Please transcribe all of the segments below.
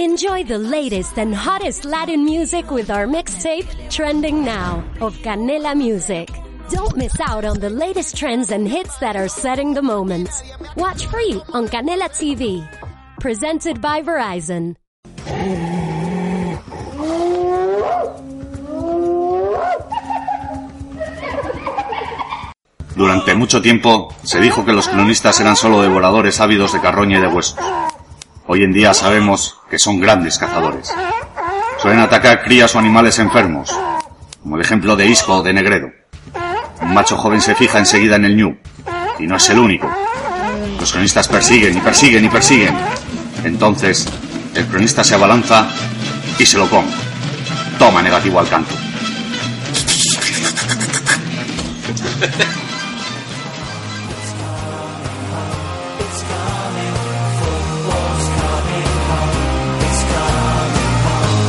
Enjoy the latest and hottest Latin music with our mixtape, Trending Now, of Canela Music. Don't miss out on the latest trends and hits that are setting the moment. Watch free on Canela TV. Presented by Verizon. Durante mucho tiempo se dijo que los cronistas eran solo devoradores ávidos de carroña y de hueso. Hoy en día sabemos que son grandes cazadores. Suelen atacar crías o animales enfermos, como el ejemplo de Isco o de Negredo. Un macho joven se fija enseguida en el ñu, y no es el único. Los cronistas persiguen y persiguen y persiguen. Entonces, el cronista se abalanza y se lo come. Toma negativo al canto.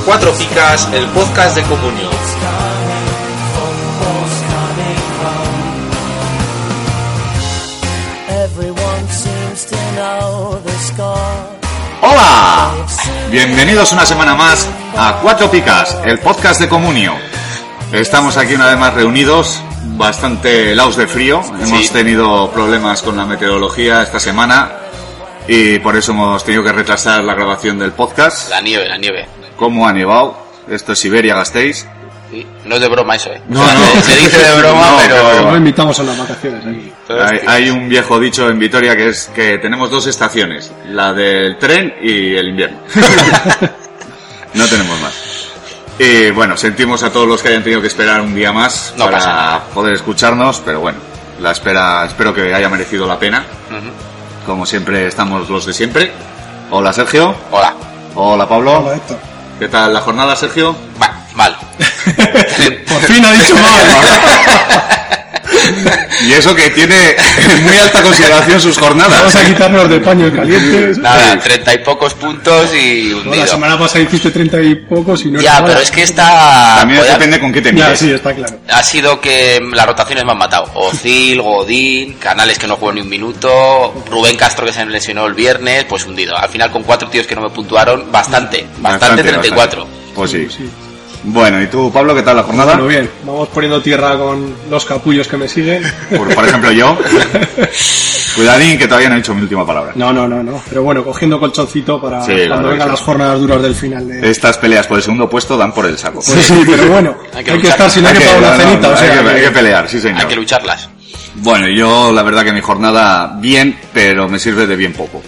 Cuatro Picas, el podcast de comunión. Everyone seems to know the score. ¡Hola! Bienvenidos una semana más a Cuatro Picas, el podcast de Comunio. Estamos aquí una vez más reunidos, bastante laos de frío. Hemos tenido problemas con la meteorología esta semana y por eso hemos tenido que retrasar la grabación del podcast. La nieve, la nieve. ¿Cómo ha nevado? Esto es Siberia, Gasteiz. Sí, No es de broma eso, ¿eh? No, no. Se dice de broma, No, pero... pero- No invitamos a las vacaciones aquí. Hay, hay un viejo dicho en Vitoria que es que tenemos dos estaciones, la del tren y el invierno. no tenemos más. Y bueno, sentimos a todos los que hayan tenido que esperar un día más No para pasa nada. poder escucharnos, pero bueno, la espera espero que haya merecido la pena. Como siempre estamos los de siempre. Hola Sergio, Hola. hola Pablo. Hola, eh. Héctor. ¿Qué tal la jornada Sergio? Va, mal. Por fin ha dicho mal. Y eso que tiene en muy alta consideración sus jornadas. Vamos a quitarnos de paños calientes. Nada, treinta y pocos puntos y No, la hundido. semana pasada hiciste 30 y pocos y no Ya, era pero nada. es que esta... También podía- depende con qué te Ya, mires. sí, está claro. Ha sido que las rotaciones me han matado. Ozil, Godín, Canales que no jugó ni un minuto, Rubén Castro que se me lesionó el viernes, pues hundido. Al final con cuatro tíos que no me puntuaron, bastante, bastante, 34. bastante. Pues sí. Sí. Bueno, ¿y tú, Pablo, qué tal la jornada? Bueno, bien, vamos poniendo tierra con los capullos que me siguen. Por, por ejemplo, yo. Cuidadín, que todavía no he dicho mi última palabra. No, no, no, no. Pero bueno, cogiendo colchoncito para Sí, la cuando verdad vengan que sí. las jornadas duras del final de... Estas peleas por el segundo puesto dan por el saco. Pues sí, pero bueno, Hay hay que que, luchar. estar, si no hay que pagar no, una no, cenita, o hay sea... que- hay que- que pelear, sí señor. Hay que lucharlas. Bueno, yo la verdad que mi jornada bien, pero me sirve de bien poco.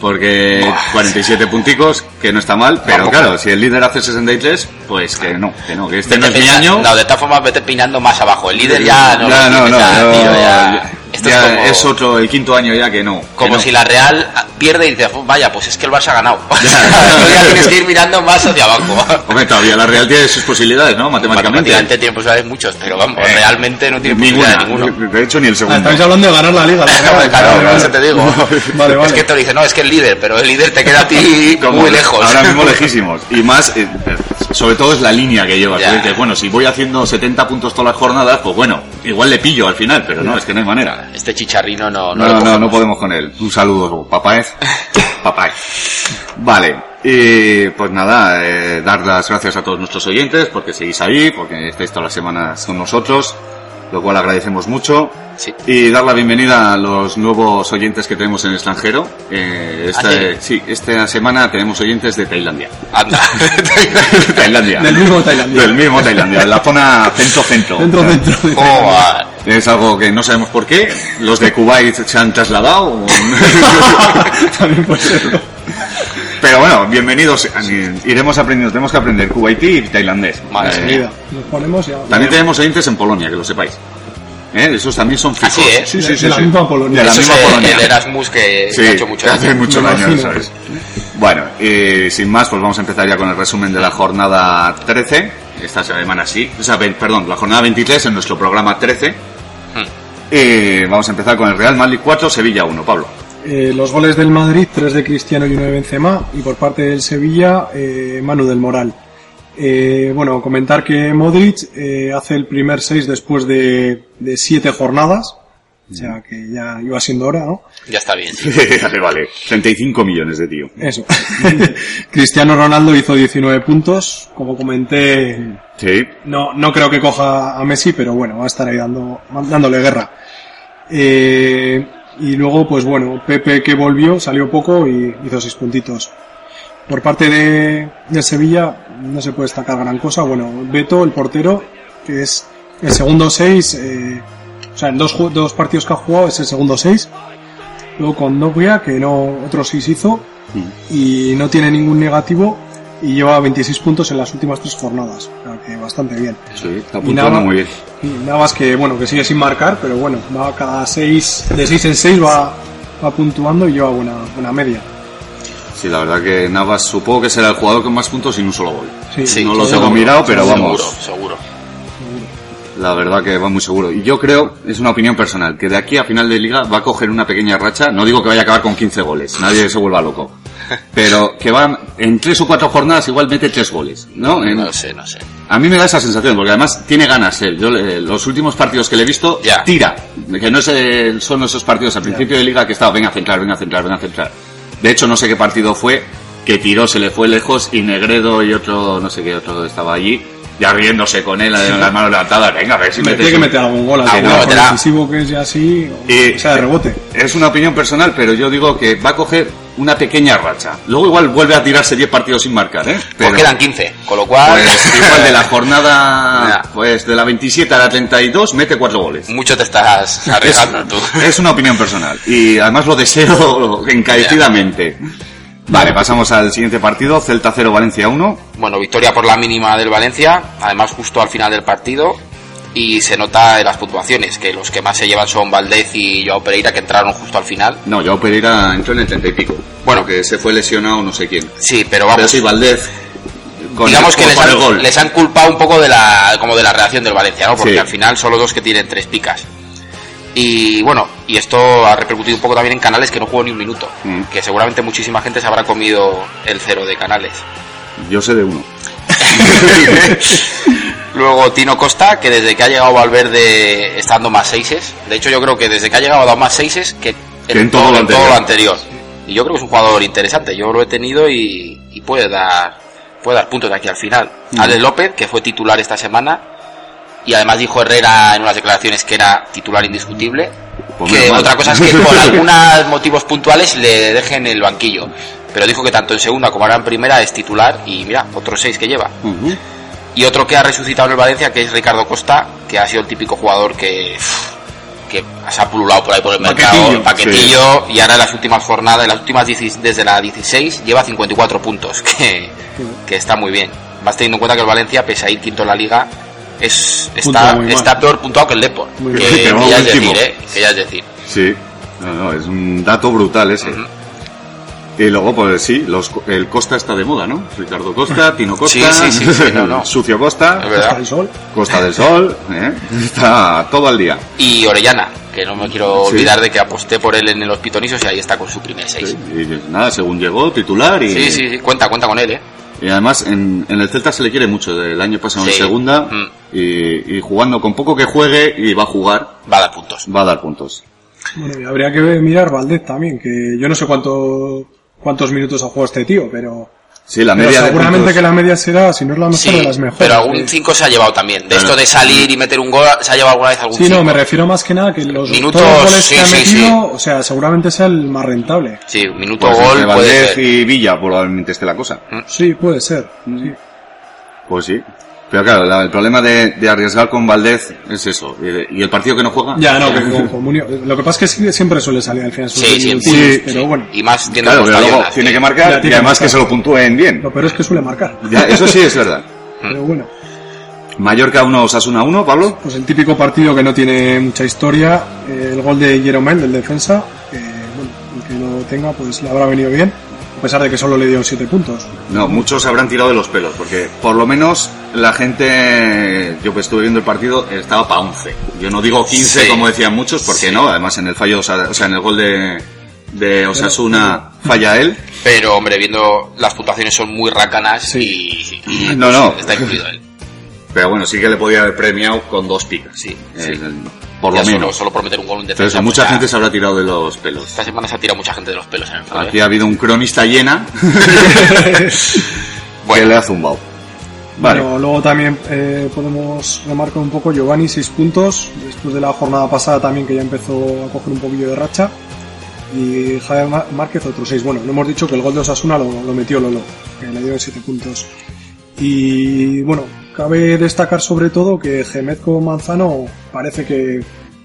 Porque 47 punticos, que no está mal, pero Tampoco. claro, si el líder hace 63, pues que no, que no, que este no Vete es mi pina- año. No, de todas formas vete pinando más abajo. El líder ya no Ya, lo no, no, quites, ya, no, tío, ya. ya- Esto ya es como, es otro, el quinto año ya que no. que como no. si la Real ah, pierde y dices, "Oh, vaya, pues es que el Barça ha ganado. Entonces ya tienes que ir mirando más hacia abajo. Hombre, todavía la Real tiene sus posibilidades, ¿no? Matemáticamente. Matemáticamente tiene posibilidades muchos, pero vamos, Eh, realmente no tiene Ninguna. posibilidad ninguno. De hecho, ni el Ah, segundo. estáis hablando de ganar la liga, la Claro, Real. claro, Vale, por vale. eso te digo. Vale, Es vale. que te lo dice, no, es que el líder, pero el líder te queda a ti Como muy lejos. Ahora mismo lejísimos. Y más, eh, sobre todo es la línea que llevas. Ya. Que dices, bueno, si voy haciendo 70 puntos todas las jornadas, pues bueno, igual le pillo al final, pero no, es que no hay manera. Este chicharrino no, no, No, lo no, no, cojo. podemos con él. Un saludo, Papaez. Papaez. Vale. Y pues nada, eh, dar las gracias a todos nuestros oyentes, porque seguís ahí, porque estáis todas las semanas con nosotros, lo cual agradecemos mucho. Sí. Y dar la bienvenida a los nuevos oyentes que tenemos en el extranjero. Eh, esta, ¿Ah, sí? eh, sí, esta semana tenemos oyentes de Tailandia. Anda. Tailandia. Del mismo Tailandia. Del mismo Tailandia, en la zona centro-centro. Dentro, dentro. dentro. Joder. Es algo que no sabemos por qué. Los de Kuwait se han trasladado. También puede ser. Pero bueno, bienvenidos. Eh, Iremos aprendiendo. Tenemos que aprender kuwaití y tailandés. Madre Eh, Mira, nos ponemos ya. También tenemos oyentes en Polonia, que lo sepáis. ¿Eh? Esos también son fijos. Así, ¿eh? Sí, sí, sí, De la sí. misma Polonia. De la Eso misma es el- Polonia. el Erasmus que Sí, ha hecho mucho hace daño. mucho Me daño, imagino. ¿sabes? Bueno, eh, sin más, pues vamos a empezar ya con el resumen de la jornada 13. Esta semana sí. O sea, ve- perdón, la jornada 23 en nuestro programa 13. Hmm. Eh, vamos a empezar con el Real Madrid 4, Sevilla 1. Pablo. Eh, los goles del Madrid, tres de Cristiano y uno de Benzema, y por parte del Sevilla, eh, Manu del Moral. Eh, bueno, comentar que Modric eh, hace el primer seis después de, de siete jornadas, O sea, que ya iba siendo hora, ¿no? Ya está bien. sí. Ya le vale. 35 millones de tío. Eso. Cristiano Ronaldo hizo 19 puntos. Como comenté, Sí. no, no creo que coja a Messi, pero bueno, va a estar ahí dando, dándole guerra. Eh, y luego, pues bueno, Pepe que volvió, salió poco y hizo seis puntitos. Por parte de, de Sevilla no se puede destacar gran cosa. Bueno, Beto, el portero, que es el segundo seis, eh, o sea, en dos, ju- dos partidos que ha jugado es el segundo seis. Luego con Novia, que no, otro seis hizo, y no tiene ningún negativo, y lleva 26 puntos en las últimas tres jornadas. O sea, que bastante bien. Sí, está Y puntuando Nava- muy bien. Y Navas que bueno, que sigue sin marcar, pero bueno, va cada seis, de 6 en 6 va, va puntuando y lleva buena, buena media. Sí, la verdad que Navas supongo que será el jugador con más puntos sin un solo gol. Sí, no lo seguro. tengo mirado, pero vamos. Seguro, seguro. La verdad que va muy seguro. Y yo creo, es una opinión personal, que de aquí a final de liga va a coger una pequeña racha. No digo que vaya a acabar con 15 goles, nadie se vuelva loco. Pero que van en tres o cuatro jornadas igual mete tres goles, ¿no? En- No sé, no sé. Pues a mí me da esa sensación, porque además tiene ganas él. Yo le- los últimos partidos que le he visto, Ya. tira. Que no es, el- son esos partidos al principio de liga que estaba, venga a centrar, venga a centrar, venga a centrar. De hecho, no sé qué partido fue, que tiró, se le fue lejos, y Negredo y otro, no sé qué otro estaba allí, ya riéndose con él, en las manos levantadas, venga, a ver si Me metes tiene que un- meter algún gol, Ah, así que bueno, con el meterá. decisivo que es ya así, o Eh, sea, de rebote. Es una opinión personal, pero yo digo que va a coger una pequeña racha. Luego igual vuelve a tirarse 10 partidos sin marcar, ¿eh? Pero- Pues quedan 15, con lo cual... Pues igual de la jornada, Ya. pues de la 27 a la 32, mete cuatro goles. Mucho te estás arriesgando tú. Es una opinión personal y además lo deseo encarecidamente. Vale, pasamos al siguiente partido, Celta 0 Valencia 1. Bueno, victoria por la mínima del Valencia, además justo al final del partido. Y se nota en las puntuaciones, que los que más se llevan son Valdez y Joao Pereira, que entraron justo al final. No, yo Pereira entró en el 30 y pico. Bueno. Bueno, que se fue lesionado no sé quién. Sí, pero vamos. Pero sí, Valdez. con digamos el- que les con el han, gol. les han culpado un poco de la como de la reacción del Valencia, ¿no? Porque Sí. al final son los dos que tienen tres picas. Y bueno, y esto ha repercutido un poco también en canales que no jugó ni un minuto, Mm. que seguramente muchísima gente se habrá comido el cero de canales. Yo sé de uno. Luego Tino Costa, que desde que ha llegado Valverde está dando más seises. De hecho, yo creo que desde que ha llegado ha dado más seises que Que en todo lo anterior. Y yo creo que es un jugador interesante. Yo lo he tenido y, y puede dar puede dar puntos de aquí al final. Mm. Ale López, que fue titular esta semana. Y además dijo Herrera en unas declaraciones que era titular indiscutible. Pues que menos mal. otra cosa es que por algunos motivos puntuales le dejen el banquillo. Pero dijo que tanto en segunda como ahora en primera es titular y mira, otros seis que lleva. Ujú. Y otro que ha resucitado en el Valencia, que es Ricardo Costa, que ha sido el típico jugador que, que se ha pululado por ahí por el mercado, el paquetillo, y ahora en las últimas jornadas, en las últimas 16 desde la 16, lleva 54 puntos, que, que está muy bien. Más teniendo en cuenta que el Valencia, pese a ir quinto en la liga, es, Puntúa está, muy mal. está peor puntuado que el Depor, Muy que, bien. Que va que ya es último. decir, ¿eh? que ya es decir. Sí, no, no, es un dato brutal ese. Ujú. Y luego, pues sí, los, el Costa está de moda, ¿no? Ricardo Costa, Tino Costa, Sí, sí, sí, sí, no, no. Sucio Costa, Es Hasta verdad. el sol. Costa del Sol, ¿eh? está todo al día. Y Orellana, que no me quiero Sí. olvidar de que aposté por él en los pitonisos y ahí está con su primer 6. Y nada, según llegó, titular y, Sí, sí, sí, cuenta, cuenta con él, ¿eh? y además en, en el Celta se le quiere mucho, del año pasado en Sí. segunda Mm. y, y jugando con poco que juegue y va a jugar, Va a dar puntos. va a dar puntos. Bueno, y habría que mirar Valdez también, que yo no sé cuánto, cuántos minutos ha jugado este tío, pero, Sí, la pero media de seguramente puntos- que la media será, si no es la mejor, Sí, de las mejores. pero algún Eh, 5 se ha llevado también. De Claro. esto de salir y meter un gol, se ha llevado alguna vez algún Sí, no, cinco. me refiero más que nada que los Minutos, todos los goles sí, que ha sí, sí. metido, o sea, seguramente sea el más rentable. Sí, un minuto pues, entre gol puede Valdez ser. y Villa probablemente esté la cosa. Sí, puede ser. sí. Pues sí. Pero claro, la- el problema de, de arriesgar con Valdez es eso. Eh, Y, y el partido que no juega. Ya, no, que con Comunio- Lo que pasa es que sí- siempre suele salir al final. sus Sí, sí, minutillos, sí, pero sí. bueno. Y más tiene Claro, pero luego Jonas, tiene que- que Ya marcar y tiene además que que se lo puntúen bien. Lo peor es que suele marcar. Ya, eso sí es verdad. Mm. Pero bueno, Mallorca 1, Osasuna 1, Pablo. pues el típico partido que no tiene mucha historia. eh, el gol de Jeromel, del defensa, que bueno, el que lo tenga, pues le habrá venido bien. A pesar de que solo le dieron 7 puntos. No, muchos habrán tirado de los pelos, porque por lo menos la gente, yo que estuve viendo el partido, estaba para 11. Yo no digo 15 Sí. como decían muchos, porque Sí. no, además en el fallo, de Osa- o sea, en el gol de, de Osasuna falla él. Pero, hombre, viendo las puntuaciones son muy rácanas Sí. y, y- No, no. está incluido él. Pero bueno, sí que le podía haber premiado con dos picas. Sí, Eh, sí. Por Ya lo solo, menos. solo por meter un gol en Entonces, defensa. pues mucha ya- gente se habrá tirado de los pelos. Esta semana se ha tirado mucha gente de los pelos en el fútbol. Aquí ha habido un cronista llena ¿eh? que le ha zumbado. Vale. Pero luego también eh, podemos remarcar un poco Giovanni, 6 puntos, después de la jornada pasada también que ya empezó a coger un poquillo de racha. Y Javier Ma- Márquez otros 6. Bueno, no hemos dicho que el gol de Osasuna lo, lo metió Lolo, que le dio 7 puntos. Y bueno, cabe destacar sobre todo que Gemezco Manzano parece que,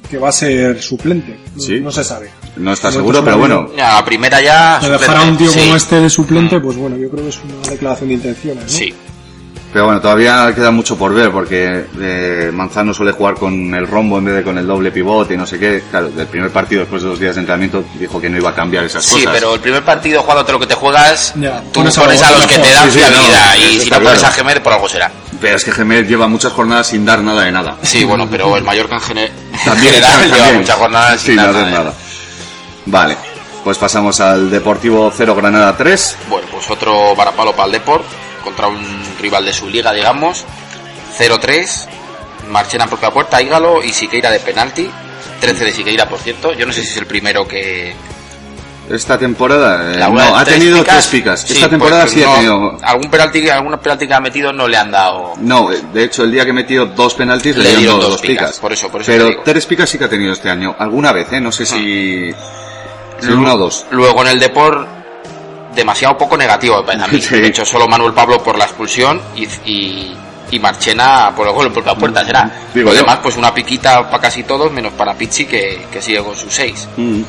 que va a ser suplente. No- Sí. No se sabe. No está Nosotros seguro, pero también- bueno, Ya, La primera ya. Pero dejar a un tío sí, como este de suplente, pues bueno, yo creo que es una declaración de intenciones. ¿no? Sí. Pero bueno, todavía queda mucho por ver porque eh, Manzano suele jugar con el rombo en vez de con el doble pivote y no sé qué. Claro, del primer partido, después de dos días de entrenamiento, dijo que no iba a cambiar esas Sí, cosas. pero el primer partido jugándote lo que te juegas, Ya, tú pones pones a a, los los que te mejores. dan Sí, sí, la no, vida. eso y si está no pones a claro. gemer, por algo será. Pero es que Gemer lleva muchas jornadas sin dar nada de nada. Sí, bueno, pero el Mallorca en, gene- También, en general lleva también. muchas jornadas sin hacer ¿eh? nada. Vale, pues pasamos al Deportivo 0 Granada 3. Bueno, pues otro varapalo para el Deport contra un rival de su liga, digamos. 0-3, Marchena en propia puerta, Hígalo y Siqueira de penalti. 13 de Siqueira, por cierto. Yo no sé si es el primero que. Esta temporada eh, la no, una de ha tres tenido picas. tres picas. Sí, Esta pues, temporada pues sí no, ha tenido. Algún penalti, que- algunos penalti que ha metido no le han dado. No, eh, de hecho el día que metió dos penaltis le, dieron dos, dos picas. por eso- por eso te Pero digo. tres picas sí que ha tenido este año. Alguna vez, ¿eh? No sé si... si una o dos. Luego en el Deport, demasiado poco negativo para mí. Sí. De hecho, solo Manuel Pablo por la expulsión y, y, y Marchena por el gol en propia puerta será. Digo Lo yo. demás, pues una piquita para casi todos, menos para Pizzi que, que sigue con sus seis. Mm,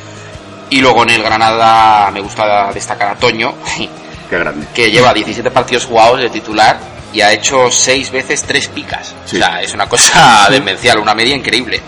Y luego en el Granada me gusta destacar a Toño, qué grande. que lleva 17 partidos jugados de titular y ha hecho seis veces tres picas. Sí. O sea, es una cosa demencial, una media increíble.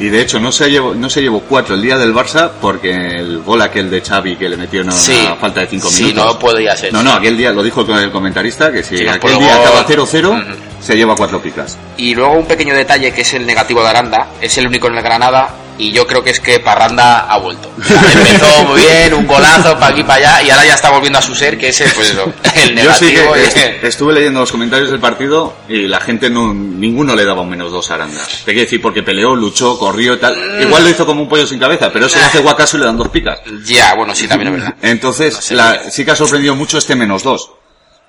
Y de hecho no se llevó, no se llevó cuatro el día del Barça porque el gol aquel de Xavi que le metió en Sí. una falta de cinco Sí, minutos. no podía ser. No, no, aquel día lo dijo el comentarista que si Sí, no, aquel por día gol. acaba 0-0 Ujú. se lleva cuatro picas. Y luego un pequeño detalle que es el negativo de Aranda, es el único en el Granada y yo creo que es que Parranda ha vuelto. O sea, Empezó muy bien, un golazo para aquí para allá y ahora ya está volviendo a su ser, que ese pues eso, el Yo sí negativo. que eh. est- estuve leyendo los comentarios del partido y la gente no, ninguno le daba un menos dos a Aranda. Te quiero decir, porque peleó, luchó, corrió y tal. Igual lo hizo como un pollo sin cabeza, pero eso lo hace Guacaso y le dan dos picas. Ya, bueno, sí, también es verdad. Entonces, No sé, la, sí que ha sorprendido mucho este menos dos.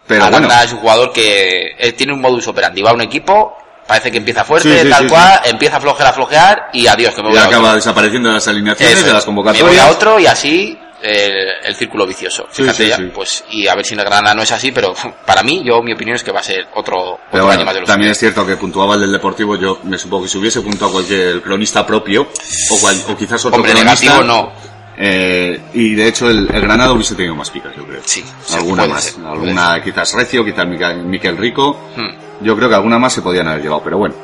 Pero Aranda bueno, es un jugador que eh, tiene un modus operandi, va a un equipo, parece que empieza fuerte, Sí, sí, tal sí, cual, empieza a flojear, a flojear y adiós, que me voy ya a otro. acaba desapareciendo de las alineaciones, Eso de es. las Me voy a convocatorias. otro y así eh, el círculo vicioso. Sí, Fíjate sí, ya, sí. pues y a ver si en el Granada no es así, pero para mí, yo mi opinión es que va a ser otro, Pero otro bueno, año más de los también suyos. es cierto que puntuaba el del Deportivo, yo me supongo que si hubiese puntuado cualquier cronista propio, o, cual- o quizás otro Hombre, cronista, negativo no. eh, y de hecho el, el Granada hubiese tenido más picas, yo creo. Sí, sí, alguna puede más. ser, puede alguna quizás Recio, quizás Mica- Miquel Rico. Hmm, Yo creo que alguna más se podían haber llevado, pero bueno.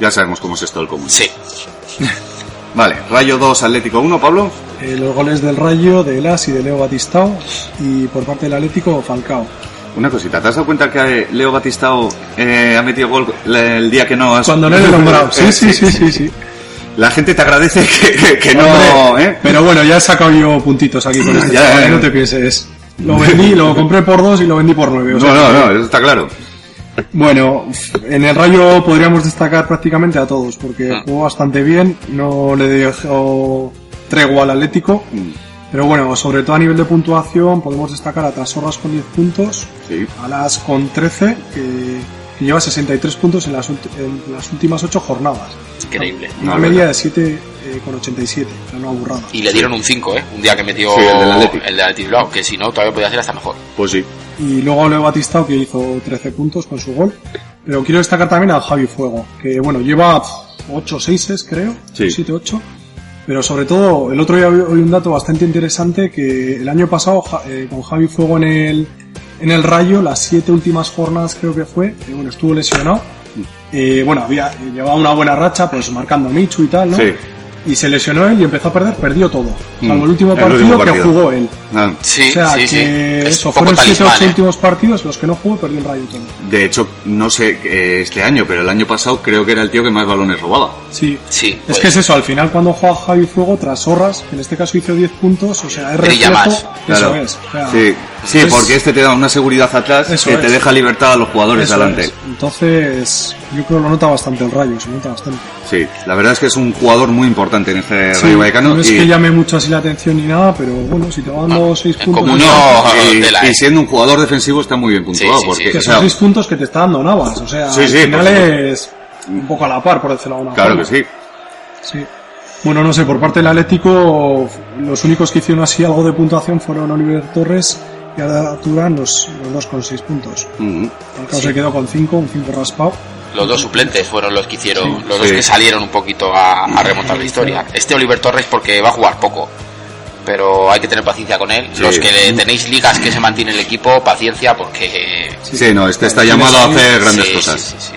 Ya sabemos cómo es esto del común. Sí, Vale, Rayo 2, Atlético 1, Pablo. Eh, los goles del Rayo, de Elas y de Leo Batistao. Y por parte del Atlético, Falcao. Una cosita, ¿te has dado cuenta que Leo Batistao eh, ha metido gol le- el día que no has... Cuando no le he nombrado. Sí, Eh, sí, sí, sí. sí. La gente te agradece que, que- que no... Hombre, ¿eh? Pero bueno, ya he sacado yo puntitos aquí con este. Ya, chaval, ya, ya. No te pienses. Lo vendí, lo compré por dos y lo vendí por nueve. o sea No, no, no, eso está claro. Bueno, en el Rayo podríamos destacar prácticamente a todos, porque Ah. jugó bastante bien, no le dejó tregua al Atlético, Mm, pero bueno, sobre todo a nivel de puntuación podemos destacar a Trasorras con 10 puntos, Sí. Alas con 13, que, que lleva 63 puntos en las, ulti- en las últimas 8 jornadas, increíble. una No, media verdad. de 7 eh, con 87, o sea, una burrada. Y le dieron un 5, ¿eh? Un día que metió Sí, el del Atleti. el del Atleti Bilbao, que si no, todavía podía ser hasta mejor. Pues sí. Y luego Leo Batistao que hizo 13 puntos con su gol. Pero quiero destacar también a Javi Fuego, que bueno, lleva 8 6 creo, Sí. 7 8. Pero sobre todo, el otro día vi vi un dato bastante interesante que el año pasado Ja- eh, con Javi Fuego en el en el Rayo, las 7 últimas jornadas creo que fue, eh, bueno, estuvo lesionado. Mm. Eh, bueno, había eh, llevaba una buena racha pues marcando a Michu y tal, ¿no? Sí. Y se lesionó él y empezó a perder, perdió todo. Salvo Mm, el último el partido último que partido. jugó él. Ah, Sí, O sea, sí, que sí. Es eso, un poco fueron 7 talismán, 8 ¿eh? últimos partidos, los que no jugó perdió el Rayo todo. De hecho, no sé eh, este año, pero el año pasado creo que era el tío que más balones robaba. Sí. Sí, pues Es puede que es ser. eso, al final cuando juega Javi Fuego tras Horras, que en este caso hizo 10 puntos, o sea, es Brilla reflejo, más. eso Claro. es. o sea, Sí. Sí, Es- porque este te da una seguridad atrás Eso que es. te deja libertad a los jugadores Eso delante. es. Entonces, yo creo que lo nota bastante el rayo, se nota bastante. Sí, la verdad es que es un jugador muy importante en este Rayo Vallecano. no es y- que llame mucho así la atención ni nada, pero bueno, si te va dando seis puntos. como ¿no? no, y, tela, Ah, eh. y siendo un jugador defensivo está muy bien puntuado. Sí, sí, sí. porque, Que o son sea, seis puntos que te está dando Navas. O sea, Sí, sí, al final por es un poco a la par, por decirlo de alguna claro forma. que sí. Sí. Bueno, no sé, por parte del Atlético, los únicos que hicieron así algo de puntuación fueron Oliver Torres y Arturán, los, los dos con seis puntos. Ujú. Falcao se quedó con cinco, un cinco raspado. Los dos suplentes fueron los que hicieron, los dos Sí. que salieron un poquito a, a remontar la historia. Este Oliver Torres porque va a jugar poco, pero hay que tener paciencia con él. Sí. Los que le- tenéis ligas que se mantiene el equipo, paciencia porque... Sí, no, este está Tiene llamado a salida. hacer grandes Sí, cosas. sí, sí, sí.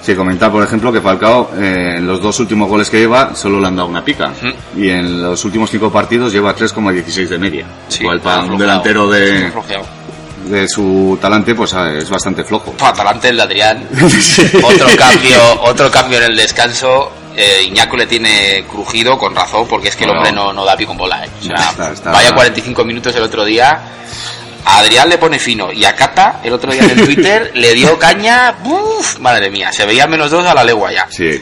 Sí, comentar, por ejemplo, que Falcao, eh, en los dos últimos goles que lleva, solo le han dado una pica. Ujú. Y en los últimos cinco partidos lleva 3,16 de media. Sí, Igual para un aflojado. delantero de, Aflojado. de su talante, pues ah, es bastante flojo. Pua, Atalante el de Adrián. otro cambio, otro cambio en el descanso. Eh, Iñaco le tiene crujido con razón porque es que el Bueno. hombre no, no da pie con bola. eh. O sea, Está- está- vaya 45 minutos el otro día. A Adrián le pone fino y a Cata el otro día en el Twitter le dio caña. ¡Buf! Madre mía, se veía menos dos a la legua ya. Sí.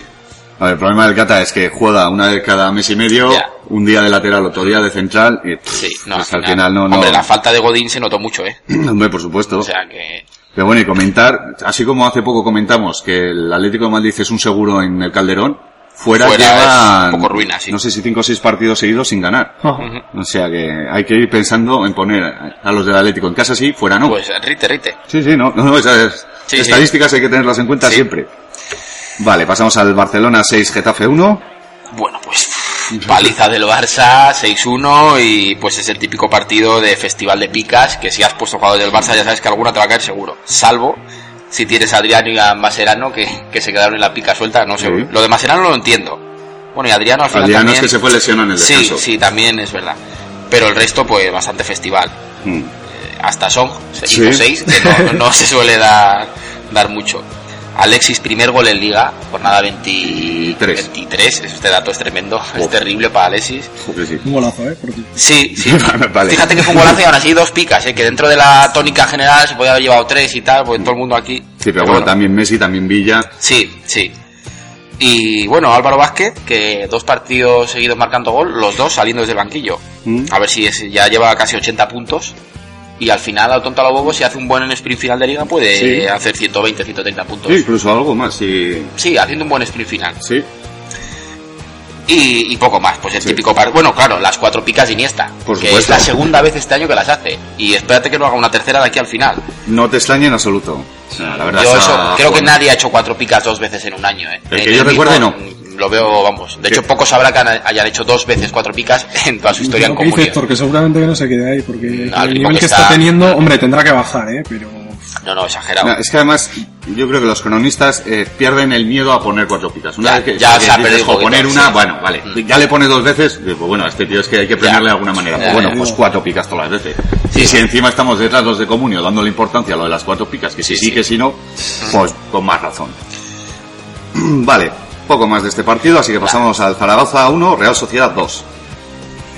A ver, el problema del Cata es que juega una vez cada mes y medio, Ya. un día de lateral, otro día de central, y pff, Sí, no, pues al final no, no. Hombre, la falta de Godín se notó mucho, ¿eh? Hombre, por supuesto. O sea que. Pero bueno, y comentar, así como hace poco comentamos que el Atlético de Madrid es un seguro en el Calderón, fuera, Fuera llevan, es un poco ruina, sí. no sé si cinco o seis partidos seguidos sin ganar. O sea que hay que ir pensando en poner a los del Atlético en casa sí, fuera no. Pues rite, rite. sí, sí, no, no, esas Sí, sí. estadísticas hay que tenerlas en cuenta Sí. siempre. Vale, pasamos al Barcelona 6, Getafe 1. Bueno, pues paliza del Barça, 6-1 y pues es el típico partido de festival de picas que si has puesto jugadores del Barça ya sabes que alguna te va a caer seguro, salvo si tienes a Adriano y a Maserano que, que se quedaron en la pica suelta, no sé. Sí. Lo de Maserano lo entiendo. Bueno, y Adriano al final Adriano es también- que se fue lesionado en el Sí, descanso. sí, también es verdad. Pero el resto pues bastante festival. Mm. Eh, Hasta Song, Sí. 6 que no, no se suele dar, dar mucho. Alexis, primer gol en liga, jornada 23. 23, este dato es tremendo, es terrible para Alexis. Joder, sí. Un golazo, ¿eh? Por ti. Sí, sí. Vale. Fíjate que fue un golazo y aún así dos picas, ¿eh? que dentro de la tónica general se podía haber llevado tres y tal, porque todo el mundo aquí. Sí, pero bueno, también Messi, también Villa. Sí, sí. Y bueno, Álvaro Vázquez, que dos partidos seguidos marcando gol, los dos saliendo desde el banquillo. Mm. A ver si es- ya lleva casi 80 puntos. Y al final, al tonto a lo bobo, si hace un buen sprint final de liga, puede Sí. hacer 120, 130 puntos. Sí, incluso algo más, sí. Sí, haciendo un buen sprint final. Sí, Y, y poco más, pues el Sí. típico par. Bueno, claro, las cuatro picas de Iniesta. Por que es supuesto. la segunda vez este año que las hace. Y espérate que no haga una tercera de aquí al final. no te extraña en absoluto. O sea, la verdad Yo está eso, creo que jugando. nadie ha hecho cuatro picas dos veces en un año, ¿eh? El que En yo recuerde, mismo, Lo veo, vamos. De Que- hecho, pocos habrá que han- hayan hecho dos veces cuatro picas en toda su historia en ¿eh? Lo que dice comunión. Héctor, que seguramente que no se quede ahí, porque No, el el tipo nivel que que está... está- teniendo, hombre, tendrá que bajar, ¿eh? Pero... No, no, exagerado. No, es que además yo creo que los cronistas eh, pierden el miedo a poner cuatro picas. Una Ya, vez que, ya que se ha dices, perdido "Jo, un poquito, poner una, sí. bueno, vale. Mm. Ya le pones dos veces, digo, bueno, a este tío es que hay que premiarle de alguna manera. Ya, Pues bueno, ya, pues ya. cuatro picas todas las veces. Sí, y si sí. encima estamos detrás los de comunio dándole importancia a lo de las cuatro picas, que si sí, Sí, Mm. sí. que si no, pues con más razón. vale, poco más de este partido, así que pasamos al Zaragoza 1, Real Sociedad 2.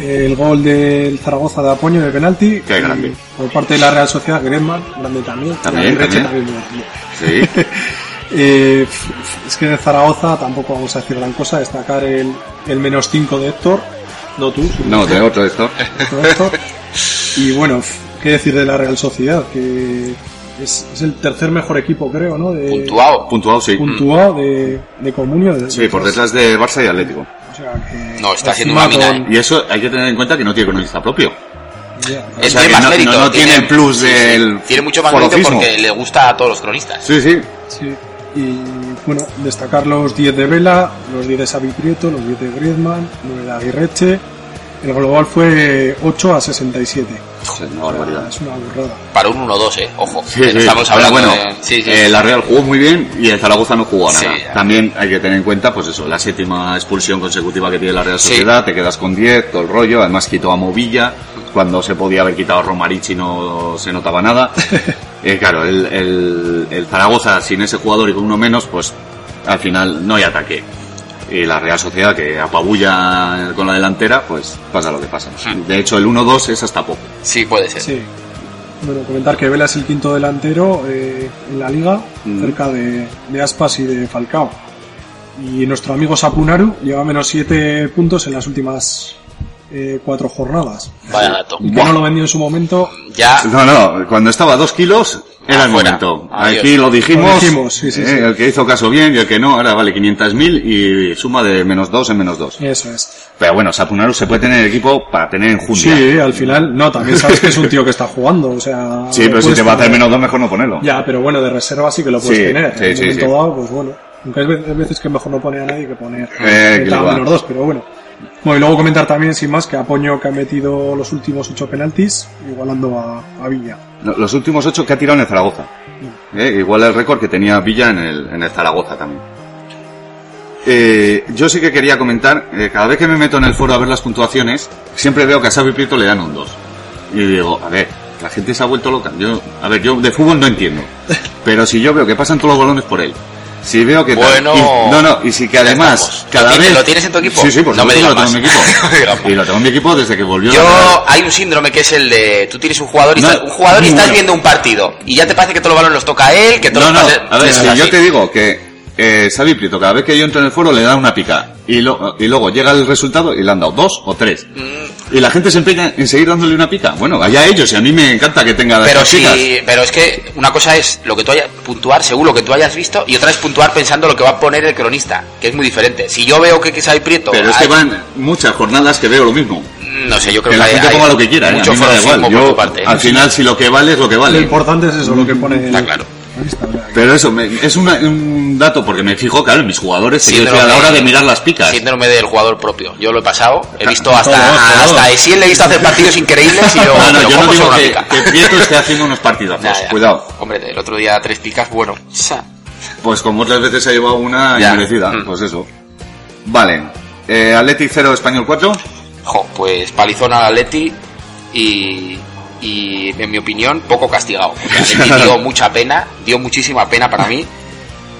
El gol del Zaragoza de Apoño de penalti. Qué grande. Y Por parte de la Real Sociedad, Griezmann, grande también. También, Y Reche también. muy grande. Sí, Eh, f- f- es que de Zaragoza tampoco vamos a decir gran cosa. Destacar el, el menos 5 de Héctor. No tú, sino no, de otro esto. de Héctor. Y bueno, f- qué decir de la Real Sociedad, que es, es el tercer mejor equipo, creo, ¿no? De, Puntuado. Puntuado, sí. puntuado de, de Comunio. de- Sí, por detrás de Barça y Atlético. O sea que- No, está haciendo encima una mina, eh. con- Y eso hay que tener en cuenta que no tiene cronista propio. ya, Es O sea, tiene que más no- mérito. no- no tiene el plus del Tiene mucho más mérito forofismo. porque le gusta a todos los cronistas. Sí, sí. Sí, y bueno, destacar los 10 de Vela, los 10 de Xavi Prieto, los 10 de Griezmann, 9 de Aguirreche. El global fue 8 a 67. Es una Ah, barbaridad. Es una burrada. Para un 1-2, ¿eh? Ojo. Sí, que sí. no Estamos Ahora, hablando bueno, de- Sí, sí. eh, la Real jugó muy bien y el Zaragoza no jugó nada. Sí, ya. También hay que tener en cuenta, pues eso, la séptima expulsión consecutiva que tiene la Real Sí. Sociedad, te quedas con 10, todo el rollo, además quitó a Movilla, cuando se podía haber quitado a Romarichi no se notaba nada. Eh, claro, el, el- el Zaragoza sin ese jugador y con uno menos, pues al final no hay ataque. Y la Real Sociedad que apabulla con la delantera, pues pasa lo que pasa. De hecho, el 1-2 es hasta poco. Sí, puede ser. Sí. Bueno, comentar que Vela es el quinto delantero eh, en la liga, Mm. cerca de, de Aspas y de Falcao. Y nuestro amigo Sapunaru lleva menos 7 puntos en las últimas 4 jornadas. Vaya dato. Y que no lo vendió en su momento, Ya, No, no, cuando estaba a dos kilos era el Afuera. momento. Adiós. Aquí Ah, lo dijimos. Lo dijimos, sí, sí, eh, sí. El que hizo caso bien y el que no, ahora vale 500.000 y suma de menos dos en menos dos. eso es. Pero bueno, Sapunaru se puede tener equipo para tener enjundia. Sí, al final, no, también sabes que es un tío que está jugando, o sea... Sí, pero si puedes te va a hacer poner- menos dos, mejor no ponerlo. Pues Ya, pero bueno, de reserva sí que lo puedes Sí, tener. sí, en un sí, momento sí. dado, pues bueno. Aunque hay veces- hay veces que mejor no poner a nadie que poner Eh, que que tal, le va. menos dos, pero bueno. Bueno, y luego comentar también, sin más, que Apoño que ha metido los últimos ocho penaltis, igualando a, a Villa. Lo- Los últimos ocho que ha tirado en el Zaragoza. Eh, igual el récord que tenía Villa en el, en el Zaragoza también. Eh, yo sí que quería comentar, eh, cada vez que me meto en el foro a ver las puntuaciones, siempre veo que a Xavi Prieto le dan un 2. Y digo, a ver, la gente se ha vuelto loca. Yo, a ver, yo de fútbol no entiendo. Pero si yo veo que pasan todos los balones por él, si veo que... tal- Bueno, y- no, no, y si que ya además, estamos. cada vez... ¿Lo tienes- lo tienes en tu equipo? Sí, sí, por No supuesto me que digas lo tengo más. en mi No digas equipo. más. y lo tengo en mi equipo desde que volvió... Yo, hay un síndrome que es el de, tú tienes un jugador y, No, estás, un jugador y muy estás bueno. viendo un partido y ya te parece que todos los balones los toca a él, que No, todos no, los pases- a ver, eso si es yo así. te digo que eh, Xavi Prieto cada vez que yo entro en el foro le da una pica y, lo- y luego llega el resultado y le han dado dos o tres. Mm. Y la gente se empeña en seguir dándole una pica. Bueno, allá ellos y a mí me encanta que tenga las Pero dos picas. sí, pero es que una cosa es lo que tú hayas puntuar según lo que tú hayas visto y otra es puntuar pensando lo que va a poner el cronista, que es muy diferente. Si yo veo que que Xavi Prieto Pero es hay- que van muchas jornadas que veo lo mismo. no sé, yo Que creo que, la hay- gente hay ponga lo que quiera, ¿eh? mucho a mí me da forofismo igual. por Yo, tu parte. ¿eh? al final, si lo que vale es lo que Lo vale. importante es eso, lo que pone... Está claro. Ahí está, mira, Pero eso, me- es una- un dato porque me fijo, claro, en mis jugadores, que yo Síndrome- estoy a la hora de mirar las picas. Síndrome del jugador propio. Yo lo he pasado, he visto hasta Todos, hasta, todos. a Essien le he visto hacer partidos increíbles y luego No, no, pero yo no ¿cómo digo son que, una pica? que Prieto esté haciendo unos partidazos. Ya, ya. Cuidado. Hombre, el otro día tres picas, bueno. Sa. Pues como otras veces se ha llevado una Ya. inmerecida, Mm. pues eso. Vale. Eh, Athletic 0, Español 4. Jo, pues palizón al Atleti y, y, en mi opinión poco castigado. Porque el Atleti dio mucha pena, dio muchísima pena para mí.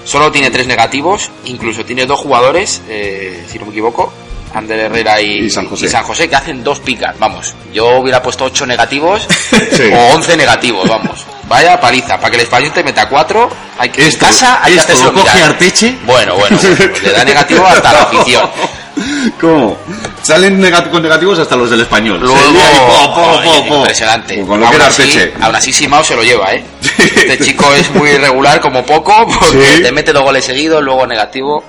Solo tiene tres negativos, incluso tiene dos jugadores, eh, si no me equivoco, Ander Herrera y, Y San José. que hacen dos picas, vamos. Yo hubiera puesto ocho negativos Sí. o once negativos, vamos. Vaya paliza, para que el español te meta cuatro, hay que Esto- en casa hay que esto hacerse lo coge mirar. Arteche. Bueno, bueno, bueno, le da negativo hasta la afición. ¿Cómo? Salen negat- con negativos hasta los del español. Luego, Se lía y po, po, po, po. impresionante. Con lo que aún, era así, Arteche. aún así Simao se lo lleva, ¿eh? Este chico es muy irregular como poco, porque Sí. te mete dos goles seguidos, luego negativo.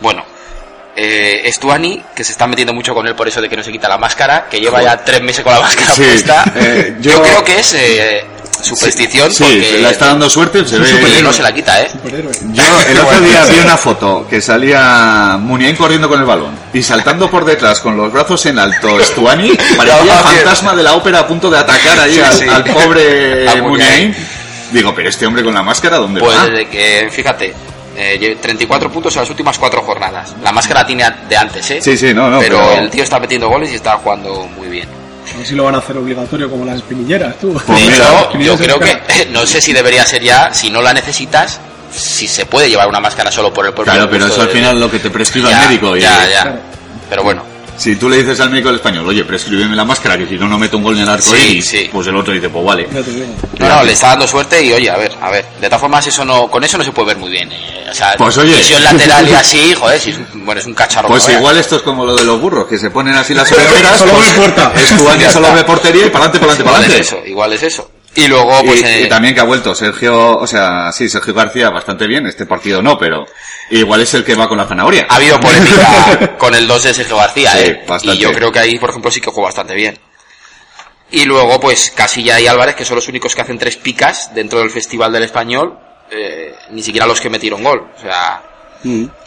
Bueno, eh, Estuani, que se está metiendo mucho con él por eso de que no se quita la máscara, que lleva ya tres meses con la máscara Sí, puesta. eh, yo... yo- creo que es eh, superstición, Sí, porque se la está dando suerte. Se un ve... superhéroe no se la quita, ¿eh? superhéroe. Yo el otro día vi una foto que salía Muniain corriendo con el balón y saltando por detrás con los brazos en alto Stuani, parecía La fantasma de la ópera a punto de atacar ahí Sí, al, sí. al A pobre Muniain. Muniain. Digo, pero este hombre con la máscara, ¿dónde Pues va? desde que, fíjate, eh, lle- 34 puntos en las últimas cuatro jornadas. La máscara tiene a- de antes, ¿eh? Sí, sí, no, no, Pero, pero- el tío está metiendo goles y está jugando muy bien. A ver si lo van a hacer obligatorio como las espinilleras, tú. Pues de mira, hecho, mira, yo esa creo máscara. que, no sé si debería ser ya, si no la necesitas, si se puede llevar una máscara solo por el propio Claro, pero gusto eso al de- final lo que te prescribe Ya, el médico. y- Ya, ya. Claro. Pero bueno, Si tú le dices al médico del español, oye, prescríbeme la máscara, que si no, no meto un gol en el arco Sí, iris", sí. pues el otro dice, pues vale. Ya te digo. no, no, le está dando suerte y oye, a ver, a ver. De todas formas, eso no, con eso no se puede ver muy bien. eh, O sea, Pues, oye. presión lateral y así, joder, si es un, bueno, es un cacharro. Pues que no igual esto es como lo de los burros, que se ponen así las orejeras. Solo pues, ve puerta. Stuani solo ve portería y para adelante, para adelante, para veas. Igual es adelante. eso, igual es eso. Y luego, pues. y, eh, y también que ha vuelto Sergio, o sea, sí, Sergio García bastante bien, este partido no, pero igual es el que va con la zanahoria. ha habido polémica con el 2 de Sergio García, Sí, ¿eh? bastante. Y yo creo que ahí, por ejemplo, sí que jugó bastante bien. Y luego, pues, Casilla y Álvarez, que son los únicos que hacen tres picas dentro del Festival del Español, eh, ni siquiera los que metieron gol. O sea,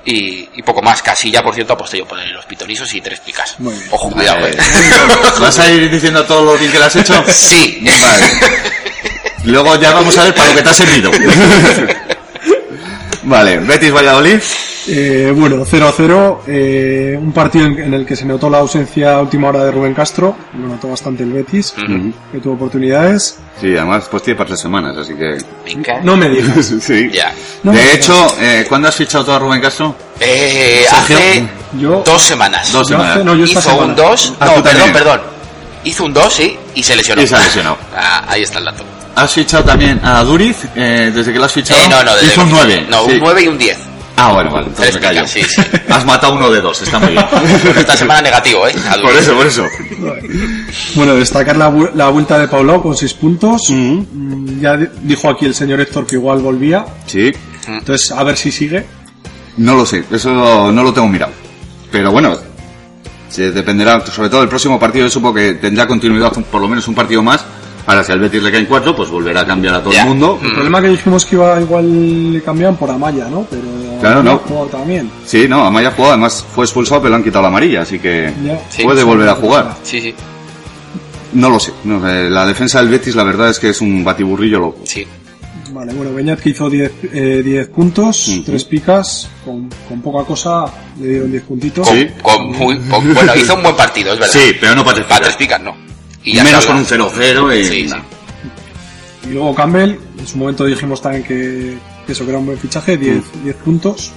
y, y poco más. Casilla, por cierto, ha puesto yo por ahí los pitonizos y tres picas. Muy bien. Ojo, cuidado, Eh, ¿eh? ¿Vas a ir diciendo todo lo bien que le has hecho? Sí. Vale. Luego ya vamos a ver para lo que te ha servido. Vale, Betis Valladolid. Eh, bueno, 0-0, eh, un partido en, en el que se notó la ausencia a última hora de Rubén Castro, lo notó bastante el Betis, que tuvo oportunidades. Sí, además, pues tiene para tres semanas, así que. Venga. No me digas. Sí. Ya. No me De digas. hecho, eh, ¿cuándo has fichado tú a Rubén Castro? Eh, Sergio, hace yo- dos semanas. Dos Yo hace- semanas. no, yo esta hizo semana. un 2. Ah, No, tú perdón, también. perdón. Hizo un 2, sí, y se lesionó. Y se lesionó. Ah, ahí está el dato. Has fichado también a Duriz, eh, desde que lo has fichado. Eh, no, no, desde Hizo un que- 9. No, sí. un 9 y un 10. Ah, bueno, vale, entonces Tres me callo. picas, sí, sí. Has matado uno de dos, está muy bien. Esta semana negativo, ¿eh? A Por Duriz. eso, por eso. Bueno, destacar la, vu- la vuelta de Paulao con 6 puntos. Mm, Ya di- dijo aquí el señor Héctor que igual volvía. Sí, Entonces, a ver si sigue. no lo sé, eso no lo tengo mirado. Pero bueno, se dependerá, sobre todo el próximo partido, yo supongo que tendrá continuidad por lo menos un partido más. Ahora, si al Betis le caen cuatro, pues volverá a cambiar a todo Ya. el mundo. El problema que dijimos que iba igual le cambiaban por Amaya, ¿no? Pero Claro, Amaya no. ha jugado también. Sí, no, Amaya jugó, además fue expulsado, pero le han quitado la amarilla, así que Ya. Sí, puede sí. volver a jugar. Sí, sí, No lo sé, no sé, la defensa del Betis la verdad es que es un batiburrillo loco. sí. Vale, bueno, Beñat que hizo 10 eh, 10 puntos, 3 picas, con, con poca cosa le dieron 10 puntitos. Con, Sí. con muy, con- bueno, hizo un buen partido, es verdad. Sí, pero no para tres Para picas. tres picas, no. Y ya menos está. con un 0-0 y... Sí, sí. Y luego Campbell, en su momento dijimos también que, que eso que era un buen fichaje, 10, Mm. 10 puntos.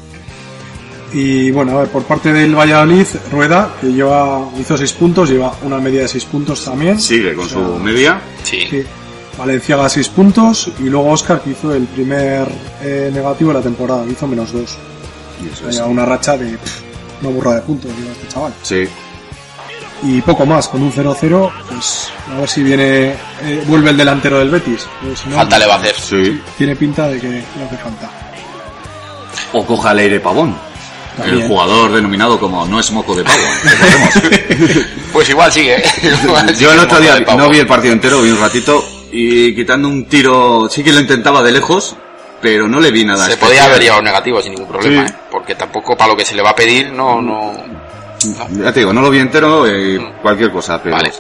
Y bueno, a ver, por parte del Valladolid, Rueda, que lleva, hizo 6 puntos, lleva una media de 6 puntos también. Sigue con su media. Sí. Sí. Valenciaga 6 puntos y luego Oscar que hizo el primer eh, negativo de la temporada, que hizo menos 2. Y eso O es. sea, una racha de pff, una burra de puntos, lleva este chaval. Sí. Y poco más, con un 0-0, pues a ver si viene, eh, vuelve el delantero del Betis. Pues, si no, Falta le va a hacer. Sí. Tiene pinta de que le hace falta. O coja el aire pavón. También. El jugador denominado como no es moco de pavo. Pues igual sigue. Yo el otro día no vi el partido entero, vi un ratito y quitando un tiro, sí que lo intentaba de lejos, pero no le vi nada. Se especial. podía haber llegado negativo sin ningún problema, ¿eh? porque tampoco para lo que se le va a pedir no no. no. Ya te digo, no lo vi entero, eh, cualquier cosa, pero... Vale.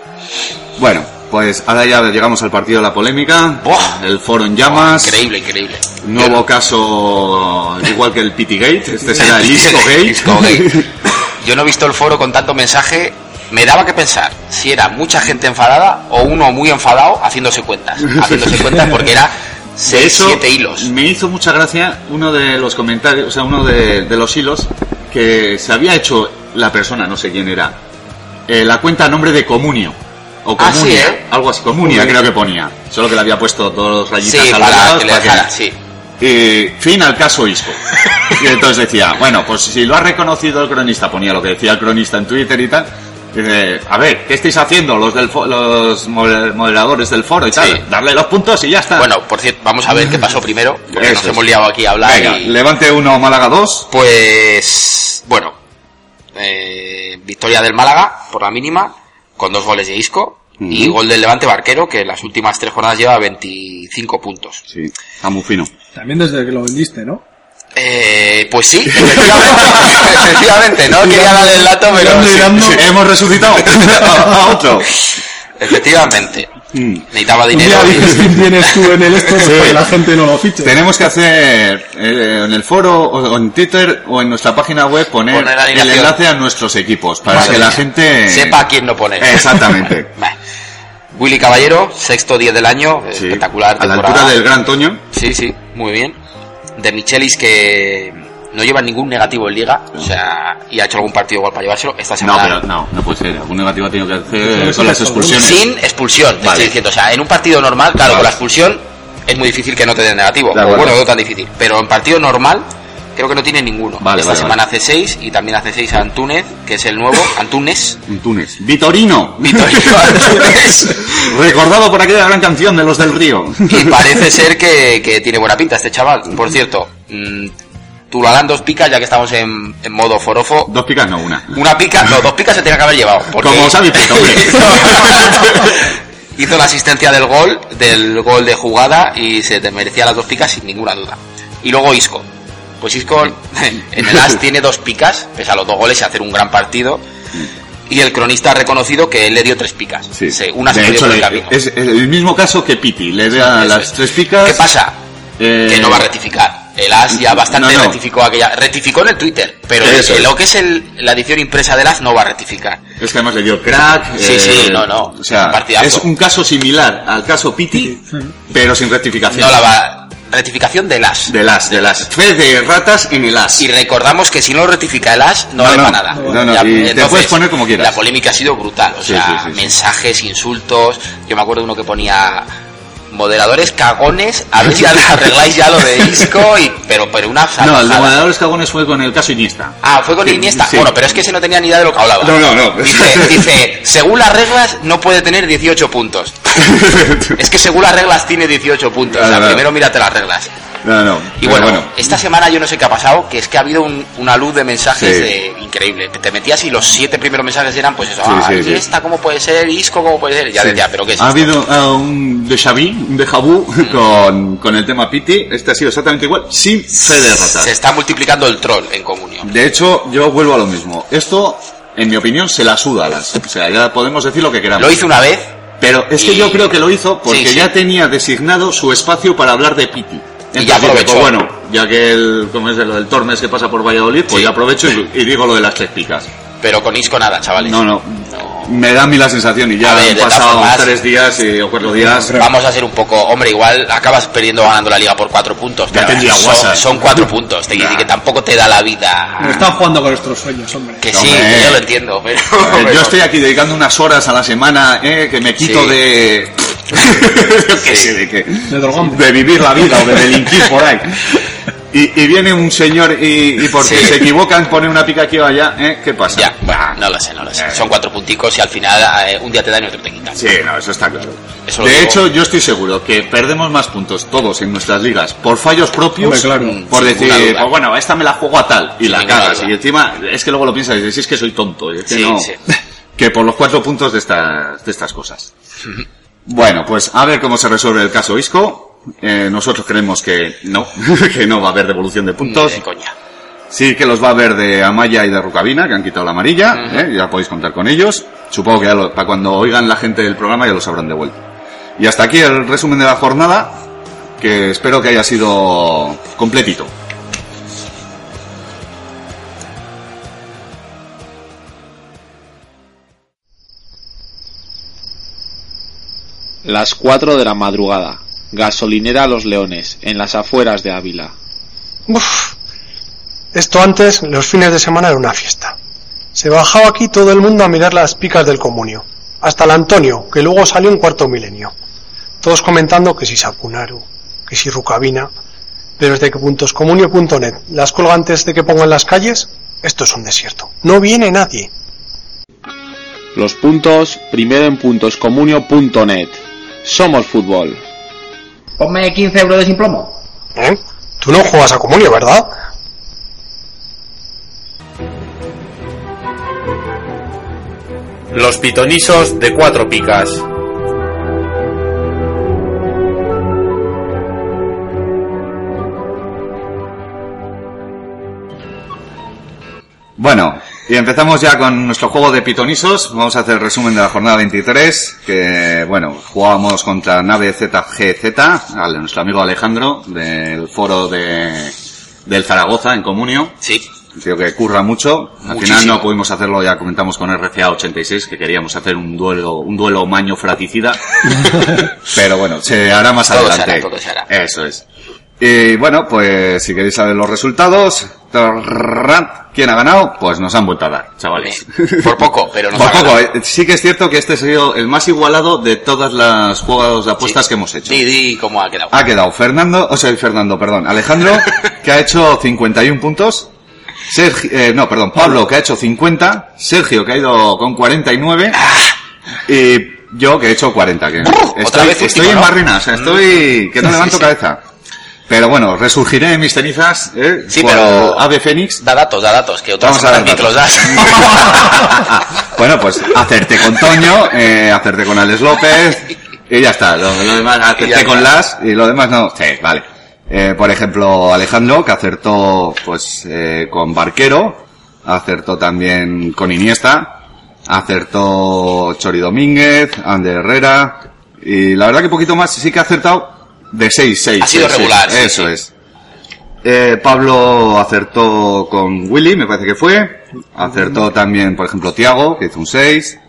Bueno, pues ahora ya llegamos al partido de la polémica. Buah. El foro en llamas. Increíble, increíble. Nuevo caso, igual que el Pity Gate, este será el Isco Disco Gate. gay. Yo no he visto el foro con tanto mensaje. Me daba que pensar si era mucha gente enfadada o uno muy enfadado haciéndose cuentas. Haciéndose cuentas porque era De seis, hecho, siete hilos. Me hizo mucha gracia uno de los comentarios, o sea, uno de, de los hilos que se había hecho la persona, no sé quién era, eh, la cuenta a nombre de Comunio. O Ah, Comunia, sí, ¿eh? algo así, Comunia creo que ponía. Solo que le había puesto dos rayitas Sí, a los para lados que le para que- dejara, sí. Eh, fin al caso Isco. Y entonces decía, bueno, pues si lo ha reconocido el cronista, ponía lo que decía el cronista en Twitter y tal. Dice, a ver, ¿qué estáis haciendo los, del fo- los moder- moderadores del foro y Sí. tal? Darle los puntos y ya está. Bueno, por cierto, vamos a ver qué pasó primero, porque Ah. Eso nos es. hemos liado aquí a hablar Venga, y- levante uno Málaga 2. Pues bueno, eh, victoria del Málaga por la mínima, con dos goles de Isco y gol del Levante Barquero, que en las últimas tres jornadas lleva 25 puntos. Sí, a Mufino. También desde que lo vendiste, ¿no? Eh, pues sí, efectivamente, efectivamente, no quería darle el dato, pero sí, Hemos resucitado a, a otro. efectivamente. Mm. Necesitaba Un dinero. día dices y- que tienes tú en el esto pues, Sí. para que la gente no lo fiche. Tenemos que hacer eh, en el foro o o en Twitter o en nuestra página web poner, Poner la el alineación. enlace a nuestros equipos para Madre que la mía. gente Sepa a quién no poner. Exactamente. Vale. Willy Caballero, sexto 10 del año, Sí. espectacular. A la temporada. altura del gran Toño. Sí, sí, muy bien. De Michelis que no lleva ningún negativo en liga, o sea, y ha hecho algún partido igual para llevárselo esta No, semana. pero no, no puede ser. Algún negativo ha tenido que hacer Pero con sí, las sí, expulsiones. Sin expulsión, te Vale. estoy diciendo. O sea, en un partido normal, claro, Vale. con la expulsión es muy difícil que no te den negativo. De acuerdo. Bueno, no tan difícil. Pero en partido normal, creo que no tiene ninguno. Vale, esta vale, semana vale. hace 6 y también hace 6 a Antúnez, que es el nuevo. Antúnez. En Túnez. Vitorino. Vitorino Antúnez. Recordado por aquella gran canción de los del río. Y parece ser que, que tiene buena pinta este chaval. Por cierto, mm, Tulalán dos picas, ya que estamos en, en modo forofo. Dos picas, no una. Una pica, no, dos picas se tenía que haber llevado. Porque Como Xavi Pinto, hombre. Hizo la asistencia del gol, del gol de jugada y se te merecía las dos picas sin ninguna duda. Y luego Isco. Pues Isco en el AS tiene dos picas, pese a los dos goles y hacer un gran partido. Y el cronista ha reconocido que él le dio tres picas. Sí. Se- una se de perdió hecho, por el le- camino. es el mismo caso que Piti. Le da Eso las es. tres picas. ¿Qué pasa? Eh, Que no va a rectificar. El AS ya bastante no, no. rectificó aquella. Rectificó en el Twitter, pero Eso el- es. lo que es el- la edición impresa del AS no va a rectificar. Es que además le dio crack. eh, Sí, sí, no, no. O sea, Partidazo. es un caso similar al caso Piti, pero sin rectificación. No la va. rectificación del as. Del as, del as. Fe de ratas en el as. Y recordamos que si no lo rectifica el as, no, No, vale no, para nada. no, no, y te puedes poner como quieras. La polémica ha sido brutal. O Sí, sea, sí, sí, sí. mensajes, insultos. Yo me acuerdo de uno que ponía moderadores cagones, a ver si arregláis ya lo de disco, y, pero, pero una No, el salvajada. demoledor de los cagones fue con el caso Iniesta. Ah, fue con Sí, Iniesta. sí. Bueno, pero es que ese no tenía ni idea de lo que hablaba. No, no, no. Dice, dice, según las reglas, no puede tener 18 puntos. Es que según las reglas tiene 18 puntos. Claro, o sea, claro. primero mírate las reglas. No, no. Y pero bueno, esta semana yo no sé qué ha pasado, que es que ha habido un- una luz de mensajes Sí. de- increíble. Que te metías y los siete primeros mensajes eran, pues eso, Sí, ah, sí, sí. Iniesta, ¿cómo puede ser? Isco, ¿cómo puede ser? Y eh, Ya Sí. decía, pero ¿qué es Ha esto? Mm. habido ah, un déjà vu, un déjà vu con, con el tema Piti. Este ha sido exactamente igual, sin fe de ratas. Se está multiplicando el troll en comunión. De hecho, yo vuelvo a lo mismo. Esto, en mi opinión, se la suda a las. O sea, ya podemos decir lo que queramos. Lo hice una vez. Pero es que Y- yo creo que lo hizo porque Sí, sí. ya tenía designado su espacio para hablar de Piti. Y Entonces, ya aprovechó. dijo, bueno, ya que el, como es lo del Tormes que pasa por Valladolid, pues Sí. ya aprovecho y, y digo lo de las tres picas. Pero con Isco nada, chavales. No, no, me da a mí la sensación y A ya ver, de han todas pasado formas- tres días eh, o cuatro días. Vamos a ser un poco, hombre, igual acabas perdiendo ganando la liga por cuatro puntos. Ya tendría son, guasa. son cuatro puntos, te quiere decir que tampoco te da la vida. Pero están jugando con nuestros sueños, hombre. Que sí, Hombre. que yo lo entiendo, pero. Eh, pero- Yo estoy aquí dedicando unas horas a la semana, eh, que me quito Sí. de... yo qué sé, de qué. De Drogón. De vivir la vida o de delinquir por ahí. Y, y viene un señor y, y porque Sí. se equivocan pone una pica aquí o allá, ¿eh? ¿Qué pasa? Ya, bueno, Bah. no lo sé, no lo Eh. sé. Son cuatro punticos y al final eh, un día te dan y otro te quitan. Sí, no, eso está claro. Eso lo de digo. hecho, yo estoy seguro que perdemos más puntos todos en nuestras ligas por fallos propios, Hombre, claro. por Sin ninguna decir, duda. "Oh, bueno, esta me la juego a tal y la ninguna cagas. duda. Y encima, es que luego lo piensas y dices, "Si es que soy tonto, y es que Sí, no". sí. Que por los cuatro puntos de estas, de estas cosas. Bueno, pues a ver cómo se resuelve el caso Isco. Eh, nosotros creemos que no, que no va a haber devolución de Ni puntos. de coña. Sí que los va a ver de Amaya y de Rucabina, que han quitado la amarilla, ¿eh? ya podéis contar con ellos. Supongo que ya lo- para cuando oigan la gente del programa ya los habrán devuelto. Y hasta aquí el resumen de la jornada, que espero que haya sido completito. Las 4 de la madrugada. Gasolinera Los Leones, en las afueras de Ávila. Uf. Esto antes, los fines de semana era una fiesta. Se bajaba aquí todo el mundo a mirar las picas del comunio. Hasta el Antonio, que luego salió en cuarto milenio. Todos comentando que si Sapunaru, que si Rucabina. Pero desde que puntoscomunio.net las cuelga antes de que pongan las calles, esto es un desierto. No viene nadie. Los puntos, primero en puntoscomunio.net. Somos fútbol. Ponme 15 euros de sin plomo. ¿Eh? Tú no juegas a comunio, ¿verdad? Los pitonisos de cuatro picas. Bueno, y empezamos ya con nuestro juego de pitonisos. Vamos a hacer el resumen de la jornada 23, que, bueno, jugábamos contra Nave ZGZ, a nuestro amigo Alejandro, del foro de, del Zaragoza, en Comunio. Sí. Un tío que curra mucho. Al Muchísimo. final no pudimos hacerlo, ya comentamos con RCA 86 que queríamos hacer un duelo, un duelo maño fraticida. Pero bueno, se hará más Todo se adelante. hará, todo se hará. Eso es. Y bueno, pues si queréis saber los resultados, tarrán, ¿quién ha ganado? Pues nos han vuelto a dar, chavales. Eh, Por poco, pero no Por sabe poco, nada. eh, sí que es cierto que este ha sido el más igualado de todas las jugadas de apuestas Sí. que hemos hecho. Di, di cómo ha quedado. Ha quedado Fernando, o sea, Fernando, perdón, Alejandro, que ha hecho 51 puntos. Sergio, eh, no, perdón, Pablo, que ha hecho 50. Sergio, que ha ido con 49. Y yo, que he hecho 40. Que estoy Ah. vez estoy último, en ¿no? barrina, o sea, estoy que no Sí, levanto sí. cabeza. Pero bueno, resurgiré de mis cenizas, ¿eh? Sí, cual pero- Ave Fénix. Da datos, da datos, que otras Vamos a semanas ver. ni te los das. bueno, pues acerté con Toño, eh, acerté con Alex López y ya está. Lo, lo demás Y ya acerté está. con Las y lo demás no. Sí, vale. Eh, por ejemplo, Alejandro, que acertó pues eh, con Barquero, acertó también con Iniesta, acertó Chori Domínguez, Ander Herrera y la verdad que poquito más sí que ha acertado de 6-6. Ha sido regular, sí, Eso sí. es. Eh, Pablo acertó con Willy, me parece que fue. Acertó también, por ejemplo, Tiago, que hizo un 6.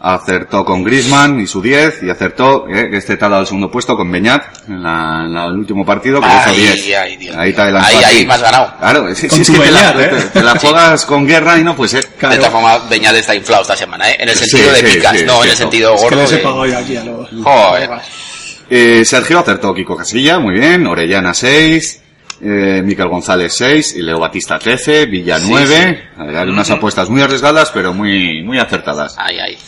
acertó con Grisman y su 10 y acertó, eh, este tal al segundo puesto con Beñat en, la, en la- el último partido que Ay, hizo 10. ay, Dios ahí mío. te adelantó Ahí- a ahí ti. me has ganado. Claro, si, Con si es tu que te la, Beñat, te- ¿eh? te la juegas con guerra y no pues, eh. puede ser. De todas formas, Beñat está inflado esta semana, ¿eh? En el Sí, sentido de sí, picas, sí, no es en el cierto. sentido Es que gordo. les he de- pagado yo aquí a los... Joder. Eh, Sergio acertó Kiko Casilla, muy bien. Orellana 6. Eh, Miquel González 6. Y Leo Batista 13. Villa Sí, 9. La verdad que unas Ujú. apuestas muy arriesgadas, pero muy, muy acertadas. Ay, ay.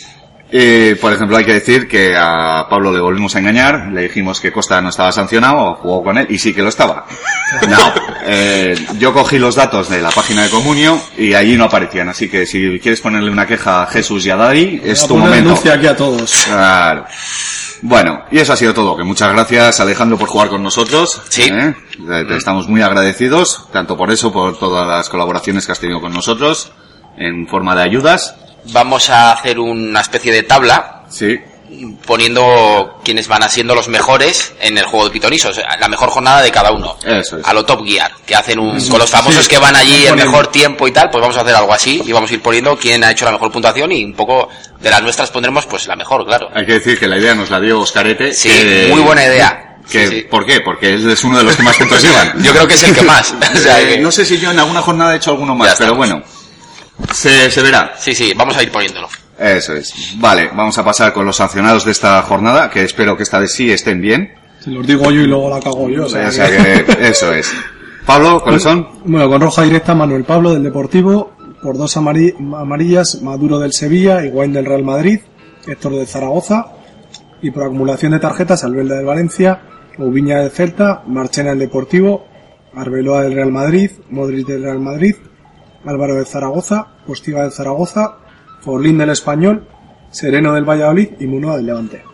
Eh, por ejemplo, hay que decir que a Pablo le volvimos a engañar. Le dijimos que Costa no estaba sancionado, jugó con él, y sí que lo estaba. No. Eh, yo cogí los datos de la página de Comunio y allí no aparecían. Así que si quieres ponerle una queja a Jesús y a Daddy, es Voy a tu poner momento. denuncia aquí a todos. Claro. Bueno, y eso ha sido todo. Que muchas gracias, Alejandro, por jugar con nosotros. Sí. ¿eh? Te- te estamos muy agradecidos, tanto por eso, por todas las colaboraciones que has tenido con nosotros, en forma de ayudas. Vamos a hacer una especie de tabla Sí. poniendo quienes van siendo los mejores en el juego de pitonisos, la mejor jornada de cada uno. Eso es. A lo Top Gear, que hacen un, con los famosos sí. que van allí el Ponen- mejor tiempo y tal, pues vamos a hacer algo así y vamos a ir poniendo quién ha hecho la mejor puntuación y un poco de las nuestras pondremos pues la mejor, claro. Hay que decir que la idea nos la dio Oscarete. Sí, que- muy buena idea. que- Sí, sí. ¿Por qué? Porque él es uno de los que más puntos llevan. Yo creo que es el que más. O sea Eh, que- No sé si yo en alguna jornada he hecho alguno Ya más, está. pero bueno. Se, se verá. Sí, sí, vamos a ir poniéndolo. Eso es. Vale, vamos a pasar con los sancionados de esta jornada, que espero que esta vez sí estén bien. Se los digo yo y luego la cago yo. o sea, O sea que eso es. Pablo, ¿cuáles son? Bueno, con roja directa Manuel Pablo del Deportivo, por dos amari- amarillas Maduro del Sevilla, Higuaín del Real Madrid, Héctor del Zaragoza y por acumulación de tarjetas Albelda del Valencia, Ubiña del Celta, Marchena del Deportivo, Arbeloa del Real Madrid, Modric del Real Madrid, Álvaro del Zaragoza, Postiga del Zaragoza, Forlín del Español, Sereno del Valladolid y Munoa del Levante.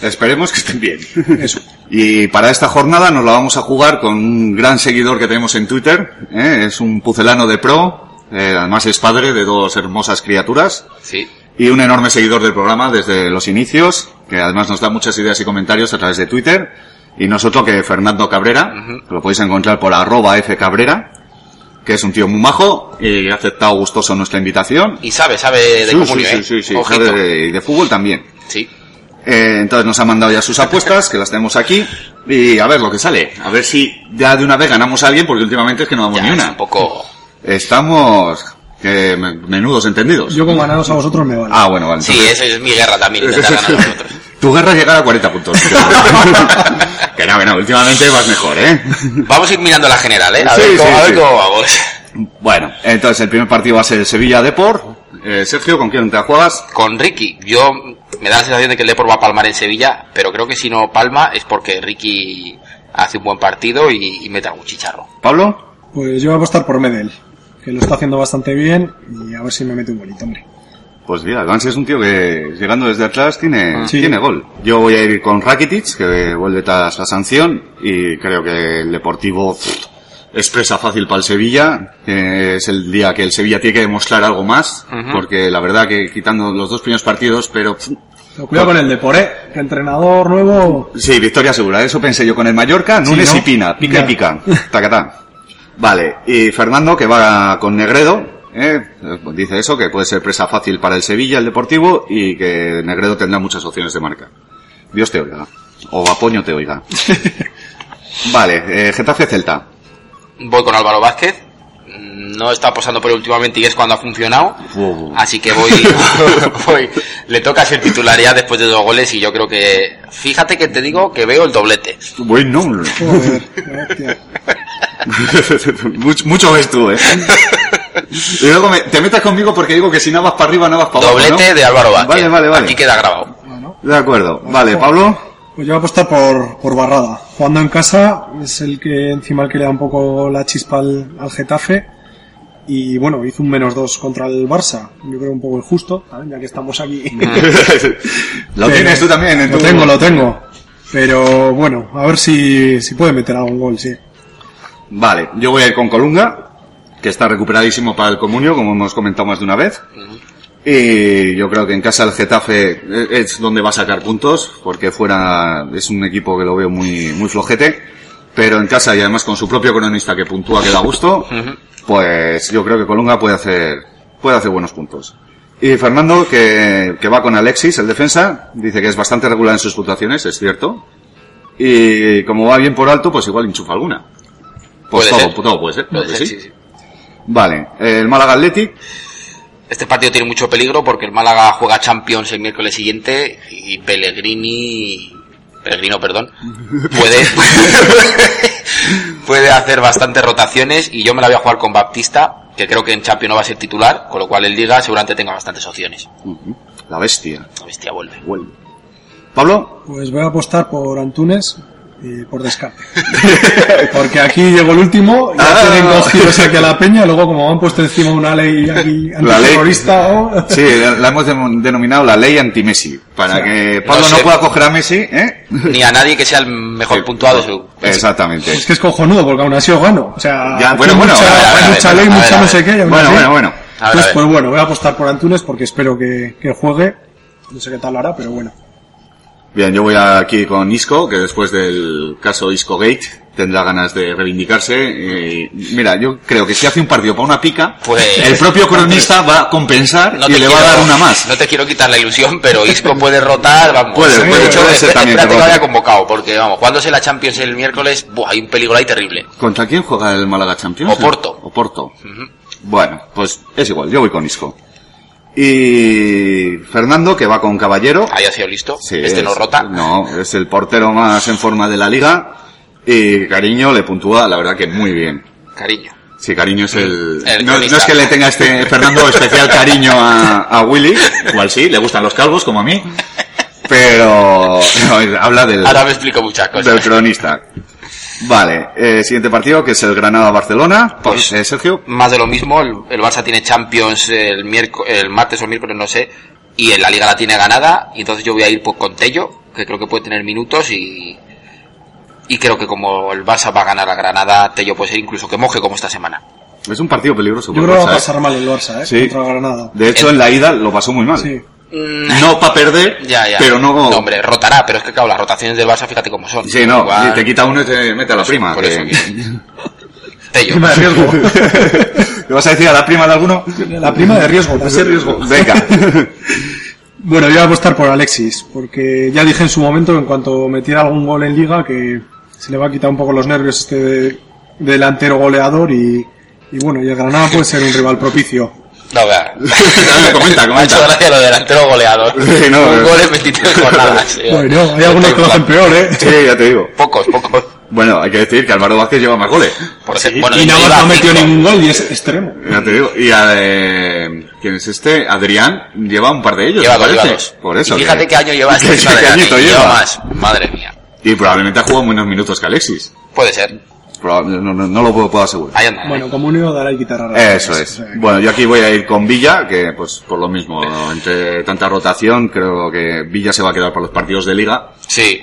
Esperemos que estén bien. Eso. Y para esta jornada nos la vamos a jugar con un gran seguidor que tenemos en Twitter. ¿eh? Es un pucelano de pro. eh, además es padre de dos hermosas criaturas. Sí. Y un enorme seguidor del programa desde los inicios. Que además nos da muchas ideas y comentarios a través de Twitter. Y nosotros que Fernando Cabrera. que Lo podéis encontrar por arroba fcabrera. Que es un tío muy majo. Y ha aceptado gustoso nuestra invitación. Y sabe, sabe de Sí, comunio, sí, ¿eh? sí, sí, sí, Ojito. sabe de- y de fútbol también. Sí. Eh, entonces nos ha mandado ya sus apuestas, que las tenemos aquí. Y a ver lo que sale. A ver si ya de una vez ganamos a alguien, porque últimamente es que no damos Ya, ni es una. un poco... Estamos que me- menudos entendidos. Yo con ganados a vosotros me vale. Ah, bueno, vale. Sí, entonces- esa es mi guerra también, intentar ganar a nosotros. Tu guerra es llegar a 40 puntos. que no, que no, últimamente vas mejor, ¿eh? Vamos a ir mirando la general, ¿eh? A Sí, ver, cómo, sí, a sí. ver cómo vamos. Bueno, entonces el primer partido va a ser el Sevilla Deport. Eh, Sergio, ¿con quién te la juegas? Con Ricky, yo me da la sensación de que el Depor va a palmar en Sevilla, pero creo que si no palma es porque Ricky hace un buen partido y, y mete algún chicharro. ¿Pablo? Pues yo voy a apostar por Medel, que lo está haciendo bastante bien y a ver si me mete un golito, hombre. Pues mira, Vance es un tío que llegando desde atrás tiene, Sí. tiene gol. Yo voy a ir con Rakitic, que vuelve tras la sanción, y creo que el Deportivo pff, es presa fácil para el Sevilla. que es el día que el Sevilla tiene que demostrar algo más, Ujú. porque la verdad que quitando los dos primeros partidos, pero pff, Pero cuidado con el de Poré, que entrenador nuevo. Sí, victoria segura. Eso pensé yo con el Mallorca, Sí, Nunes ¿no? y Pina. Pica y pica. Ya. Tacatá. Vale. Y Fernando, que va con Negredo, ¿eh? Eh, dice eso, que puede ser presa fácil para el Sevilla, el Deportivo, y que Negredo tendrá muchas opciones de marca. Dios te oiga. O Apoño te oiga. vale. Eh, Getafe Celta. Voy con Álvaro Vázquez, mm, no está posando por él últimamente y es cuando ha funcionado, Wow. así que voy, voy- le toca ser titular ya después de dos goles y yo creo que, fíjate que te digo que veo el doblete. Bueno. Joder, hostia. mucho, mucho ves tú, eh. Y luego me- te metas conmigo porque digo que si no vas para arriba, no vas para abajo. ¿no? Doblete de Álvaro Vázquez. Vale, vale, vale. Aquí queda grabado. Bueno, De acuerdo. Vale, Pablo. pues yo voy a apostar por, por Barrada. Jugando en casa, es el que encima el que le da un poco la chispa al, al Getafe. Y bueno, hizo un menos dos contra el Barça. Yo creo un poco injusto, ¿vale? ya que estamos aquí. lo Pero- tienes tú también en Lo tu- tengo, lo tengo. Pero bueno, a ver si, si puede meter algún gol, sí. Vale, yo voy a ir con Colunga, que está recuperadísimo para el comunio, como hemos comentado más de una vez. Y yo creo que en casa el Getafe eh, es donde va a sacar puntos, porque fuera es un equipo que lo veo muy, muy flojete. Pero en casa y además con su propio cronista que puntúa que da gusto, pues yo creo que Colunga puede hacer, puede hacer buenos puntos. Y Fernando, que, que va con Alexis, el defensa, dice que es bastante regular en sus puntuaciones, es cierto. Y como va bien por alto, pues igual enchufa alguna. Pues Puede todo, ser. todo puede ser. Puede claro que ser, sí, sí. Vale, eh, el Málaga Athletic, Este partido tiene mucho peligro porque el Málaga juega Champions el miércoles siguiente y Pellegrini. Pellegrino, perdón. Puede, puede hacer bastantes rotaciones y yo me la voy a jugar con Baptista, que creo que en Champions no va a ser titular, con lo cual el Liga seguramente tenga bastantes opciones. la bestia. La bestia vuelve. Vuelve. Pablo, Pues voy a apostar por Antunes y por descarte. Porque aquí llegó el último, ya Ah. tienen dos tiros aquí a la peña, luego como han puesto encima una ley aquí La ley. antiterrorista, oh, sí, la, la hemos denom- denominado la ley anti-Messi. Para Sí. que Pablo no, No sé. pueda coger a Messi, ¿eh? Ni a nadie que sea el mejor puntuado. seguro. Exactamente. es que es cojonudo porque aún así os gano. O sea, Ya, aquí bueno, bueno, mucha, a ver, a ver, mucha a ver, ley, a ver, mucha a no ver. sé qué. y aún Bueno, así- bueno, bueno. A ver, Entonces, a ver. pues bueno, voy a apostar por Antunes porque espero que, que juegue. No sé qué tal lo hará, pero bueno. Bien, yo voy aquí con Isco, que después del caso Isco Gate tendrá ganas de reivindicarse. Y, mira, yo creo que si hace un partido para una pica, Pues- el propio cronista va a compensar No y te le va quiero- a dar una más. No te quiero quitar la ilusión, pero Isco puede rotar, vamos. Puede, Sí, puede, de hecho, puede ser espérate, también que espérate que lo rote. haya convocado, porque vamos, jugándose la Champions el miércoles, buah, hay un peligro ahí terrible. ¿Contra quién juega el Málaga Champions? Oporto. Oporto. Bueno, pues es igual, yo voy con Isco. Y Fernando, que va con Caballero. Ahí ha sido listo, Sí, este no es- rota. No, es el portero más en forma de la liga. Y Cariño le puntúa, la verdad que muy bien. Cariño. Sí, cariño es el... El no, no cronista. es que le tenga este Fernando especial cariño a, a Willy, igual sí, le gustan los calvos como a mí, pero no, habla del, Ahora me explico muchas del cosas. cronista. Vale, eh, siguiente partido que es el Granada-Barcelona. Pues, Pues- eh, Sergio, Más de lo mismo, el, el Barça tiene Champions el, miérco- el martes o el miércoles, no sé, y en la liga la tiene ganada, y entonces yo voy a ir por con Tello, que creo que puede tener minutos y... Y creo que como el Barça va a ganar a Granada, Tello puede ser incluso que moje como esta semana. es un partido peligroso. Yo por creo que va a Barça, pasar ¿eh? mal el Barça, ¿eh? Sí. Contra Granada. De hecho, en la ida lo pasó muy mal. Sí. Mm, No para perder, Ya, ya. pero no... hombre, rotará, pero es que claro, las rotaciones del Barça, fíjate cómo son. Sí, no, Igual- te quita uno y te mete a la prima. por que- eso Tello. Prima de riesgo. ¿Le vas a decir a la prima de alguno? La prima de riesgo. Ese riesgo. Venga. Bueno, yo voy a apostar por Alexis, porque ya dije en su momento, en cuanto metiera algún gol en liga, que se le va a quitar un poco los nervios este de- delantero goleador y, y bueno, y el Granada puede ser un rival propicio. No, vea. Dale, comenta, comenta. Me ha hecho gracia lo delantero goleador. Sí, no, Un eh. gol en 23 jornadas. sí. Bueno, hay algunos que lo hacen peor, ¿eh? Sí, ya te digo. Pocos, pocos. Bueno, hay que decir que Álvaro Vázquez lleva más goles. Por ser- bueno, y yo nada más iba no a ha metido cinco. ningún gol y es extremo. Ya te digo. Y a, eh, ¿quién es este? Adrián lleva un par de ellos. Lleva me dos, lleva parece. dos. Por eso. Y fíjate que- qué año lleva este. que- madre qué mía, añito que lleva. más. Madre mía. Y probablemente ha jugado menos minutos que Alexis. Puede ser. Proba- No, no- no lo puedo, puedo asegurar. Ahí anda. ¿eh? Bueno, como unido dará y quitará. las Eso cosas, es. o sea, Bueno, yo aquí voy a ir con Villa, que pues por lo mismo, ¿no? entre tanta rotación, creo que Villa se va a quedar por los partidos de liga. Sí.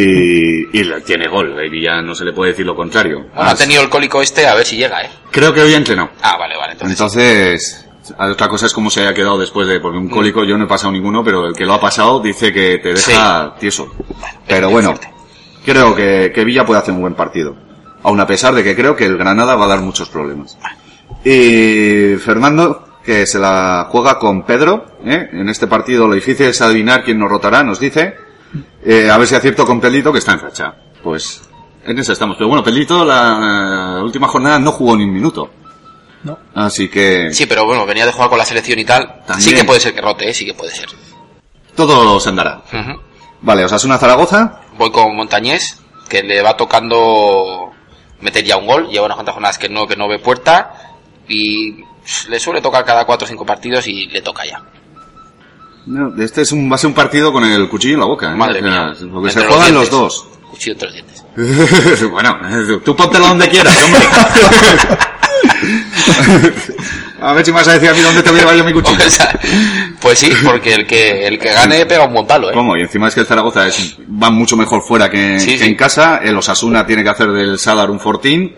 Y, y le- tiene gol, eh, Villa no se le puede decir lo contrario. Bueno, ha As- tenido el cólico este, a ver si llega, ¿eh? Creo que hoy ha entrenado. Ah, vale, vale. Entonces, Entonces, otra cosa es cómo se haya quedado después de, porque un cólico yo no he pasado ninguno, pero el que lo ha pasado dice que te deja tieso. Pero bueno, creo que, que Villa puede hacer un buen partido. Aun a pesar de que creo que el Granada va a dar muchos problemas. Y Fernando, que se la juega con Pedro, ¿eh? en este partido lo difícil es adivinar quién nos rotará, nos dice. Eh, a ver si acierto con Pelito, que está en racha. Pues, en eso estamos. Pero bueno, Pelito la eh, última jornada no jugó ni un minuto. No. Así que sí, pero bueno, venía de jugar con la selección y tal. También. Sí que puede ser que rote, ¿eh? sí que puede ser. todo se andará. Ujú. Vale, Osasuna Zaragoza. Voy con Montañés, que le va tocando meter ya un gol. Lleva unas cuantas jornadas que no, que no ve puerta. Y pff, le suele tocar cada 4 o 5 partidos y le toca ya. No, Este es un, va a ser un partido con el cuchillo en la boca. ¿eh? Madre O sea, mía. Porque se Entre juegan los dientes. dos. Cuchillo entre los dientes. bueno, tú póntelo donde quieras, hombre. a ver si me vas a decir a mí dónde te voy a llevar yo mi cuchillo. O sea, pues sí, porque el que, el que gane pega un buen palo, ¿eh? ¿Cómo? Y encima es que el Zaragoza es, va mucho mejor fuera que, Sí, que sí. en casa. El Osasuna tiene que hacer del Sadar un fortín.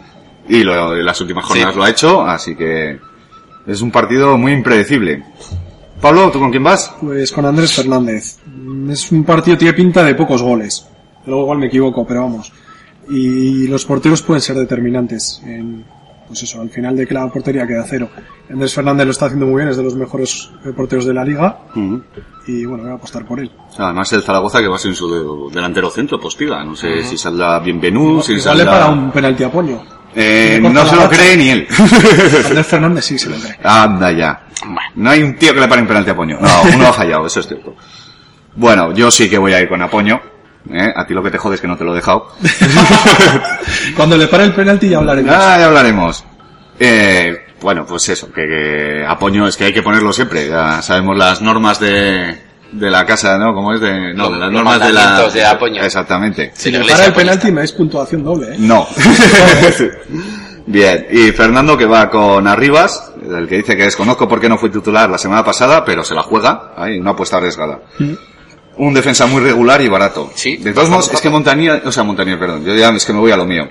Y lo- en las últimas jornadas Sí. lo ha hecho. Así que es un partido muy impredecible. Pablo, ¿tú con quién vas? Pues con Andrés Fernández. Mm, Es un partido, tiene pinta de pocos goles. Luego igual me equivoco, pero vamos. Y los porteros pueden ser determinantes en, pues eso, al final de que la portería queda cero. Andrés Fernández lo está haciendo muy bien, es de los mejores eh, porteros de la liga. Ujú. Y bueno, voy a apostar por él. Además el Zaragoza que va sin su delantero centro, postiga. No sé si saldrá Bienvenú, si Igual le saldrá... para un penalti a Poño. Eh, Le corta no la se lo racha. cree ni él. Andrés Fernández sí se lo cree. Anda ya. No hay un tío que le pare un penalti a Poño. No, uno ha fallado, eso es cierto. Bueno, yo sí que voy a ir con Apoño. ¿eh? A ti lo que te jodes que no te lo he dejado. Cuando le para el penalti ya hablaremos. Ah, ya hablaremos. Eh, bueno, pues eso, que, que Apoño es que hay que ponerlo siempre. Ya sabemos las normas de, de la casa, ¿no? ¿Cómo es? De, no, Los- las los normas de la... mandamientos de Apoño. Exactamente. Si la le iglesia para el polista. penalti me dais puntuación doble, ¿eh? No. Bien, y Fernando que va con Arribas, el que dice que desconozco por qué no fue titular la semana pasada, pero se la juega, hay una apuesta arriesgada. Un defensa muy regular y barato. Sí. De todos modos, es que Montañía, o sea, Montañía, perdón, yo ya es que me voy a lo mío.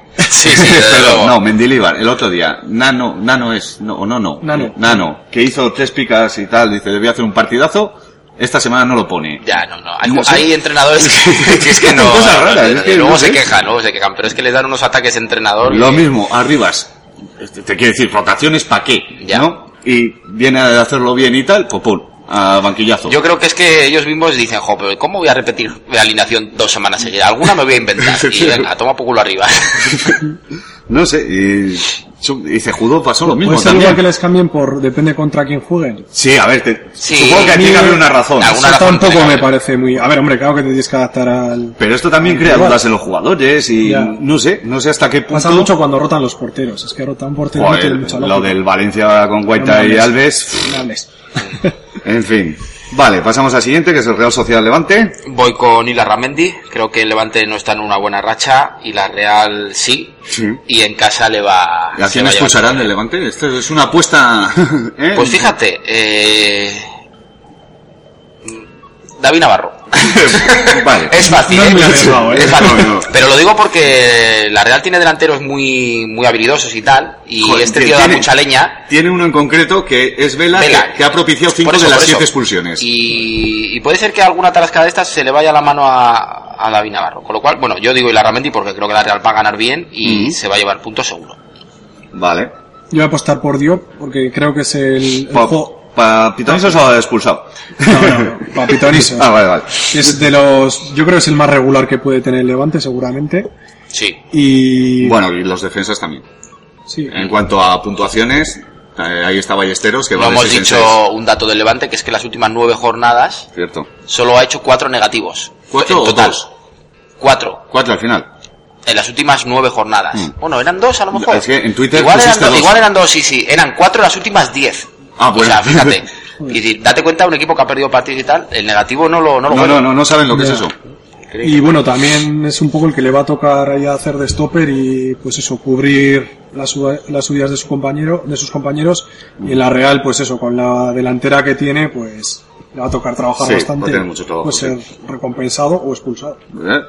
Sí, sí, desde luego. Perdón, no, Mendilibar, el otro día, Nano, Nano es, no, o no, no. Nano. Nano, que hizo tres picas y tal, dice, debía hacer un partidazo, esta semana no lo pone. Ya, no, no. Hay, No sé. hay entrenadores que, que es que no. Cosas no, no, raras, no, es que luego no se sé. quejan, luego se quejan, pero es que les dan unos ataques de entrenador. Lo que- mismo, arribas. este, Te, te quiere decir, rotaciones para qué, Ya. ¿no? Y viene a hacerlo bien y tal, pues pum, a banquillazo. Yo creo que es que ellos mismos dicen, jo, pero ¿cómo voy a repetir mi alineación dos semanas seguidas? Alguna me voy a inventar. Y venga, toma por culo arriba. No sé, y, su- y Cejudo pasó lo mismo Puede ser igual también. que les cambien por, depende contra quién jueguen. Sí, a ver, te- Sí. supongo que tiene que haber una razón. Alguna- Eso razón tampoco tiene que me haber. parece muy... A ver, hombre, claro que te tienes que adaptar al... Pero esto también crea Igual. dudas en los jugadores y Ya. no sé, no sé hasta qué punto. Pasa mucho cuando rotan los porteros. Es que rotar un portero no Joder, tiene mucha lógica. lo del Valencia con No Guaita me y hables. Alves, No hables. en fin. Vale, pasamos al siguiente, que es el Real Sociedad Levante. Voy con Ila Ramendi. Creo que el Levante no está en una buena racha y la Real sí. Sí. Y en casa le va. ¿Y a se quién va a llevar expulsarán del Levante? Esto es una apuesta... ¿eh? Pues fíjate, eh... David Navarro. vale. Es fácil, No ¿eh? es muy arriesgado, ¿eh? Es fácil. No, no. Pero lo digo porque la Real tiene delanteros muy, muy habilidosos y tal, y Joder, este que tío da tiene- mucha leña. Tiene uno en concreto que es Vela, Vela. que, que ha propiciado cinco Por eso, de las por eso. siete expulsiones. Y, y puede ser que alguna tarasca de estas se le vaya la mano a, a David Navarro. Con lo cual, bueno, yo digo Ilarramendi porque creo que la Real va a ganar bien y Mm. se va a llevar puntos seguro. Vale. Yo voy a apostar por Diop porque creo que es el... el Pa, juego- pa- Pitoniso se ha expulsado. No, no, no. Papitoniso. Ah, vale, vale. Es de los... Yo creo que es el más regular que puede tener el Levante, seguramente. Sí. Y... Bueno, y los defensas también. Sí. En cuanto a puntuaciones, eh, ahí está Ballesteros, que Lo va de hemos seis en dicho seis. un dato del Levante, que es que las últimas nueve jornadas Cierto. solo ha hecho cuatro negativos. ¿Cuatro en o total. dos? Cuatro. Cuatro al final. En las últimas nueve jornadas. Mm. Bueno, eran dos a lo mejor. Es que en Twitter igual eran, pusiste dos, dos. igual eran dos, sí, sí. Eran cuatro las últimas diez. Ah, bueno. O sea, fíjate. Y di- date cuenta, un equipo que ha perdido partidos y tal, el negativo no lo, no lo No, juega. no, no, no saben lo que Ya. es eso. Y bueno, también es un poco el que le va a tocar ahí hacer de stopper y pues eso, cubrir las, suba- las subidas de su compañero, de sus compañeros. Y en la Real, pues eso, con la delantera que tiene, pues le va a tocar trabajar Sí, va bastante. a tener mucho trabajo, pues sí. ser recompensado o expulsado. ¿Eh?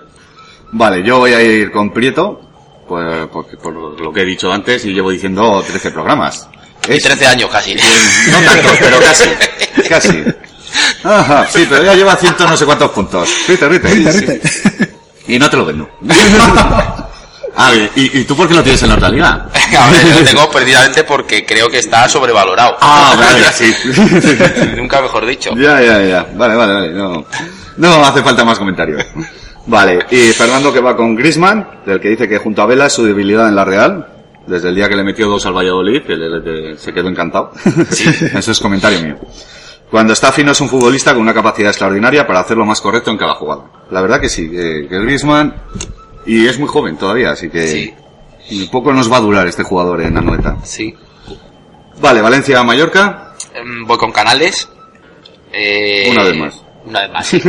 Vale, yo voy a ir con Prieto, por, por- por lo que he dicho antes, y llevo diciendo 13 programas. Y Es- 13 años casi. No tanto, pero casi. Casi. Ajá, sí, pero ya lleva ciento no sé cuántos puntos. Rite, rite. Rite, Sí. rite. Y no te lo vendo. A ver, ¿y, y tú por qué lo tienes en la otra liga? A ver, lo tengo perdidamente porque creo que está sobrevalorado. Ah, vale, sí. Nunca mejor dicho. Ya, ya, ya. Vale, vale, vale. No, no hace falta más comentarios. Vale, y Fernando que va con Grisman, del que dice que junto a Vela es su debilidad en la Real. Desde el día que le metió dos al Valladolid, que le- le- se quedó encantado. Eso es comentario mío. Cuando está fino es un futbolista con una capacidad extraordinaria para hacer lo más correcto en cada jugada. La verdad que sí, que, que Griezmann y es muy joven todavía, así que poco nos va a durar este jugador en Anoeta. Sí. Vale, Valencia Mallorca. Em, Voy con Canales. Eh, Una vez más. Una vez más, sí.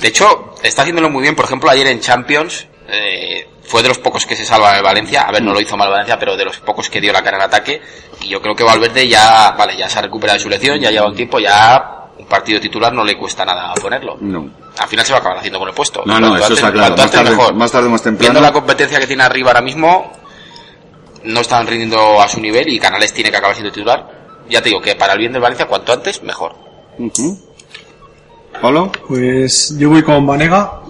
De hecho, está haciéndolo muy bien. Por ejemplo, ayer en Champions eh, fue de los pocos que se salva el Valencia. A ver, no lo hizo mal Valencia, pero de los pocos que dio la cara en ataque. Y yo creo que Valverde ya, vale, ya se ha recuperado de su lesión, ya lleva un tiempo, ya un partido titular no le cuesta nada ponerlo. No. Al final se va a acabar haciendo con el puesto. No, no, Cuanto eso antes- está claro. cuanto Más antes tarde, mejor. más tarde, más temprano. Viendo la competencia que tiene arriba ahora mismo, no están rindiendo a su nivel y Canales tiene que acabar siendo titular. Ya te digo que para el bien del Valencia, cuanto antes, mejor. Ujú. Pablo. Pues yo voy con Vanega.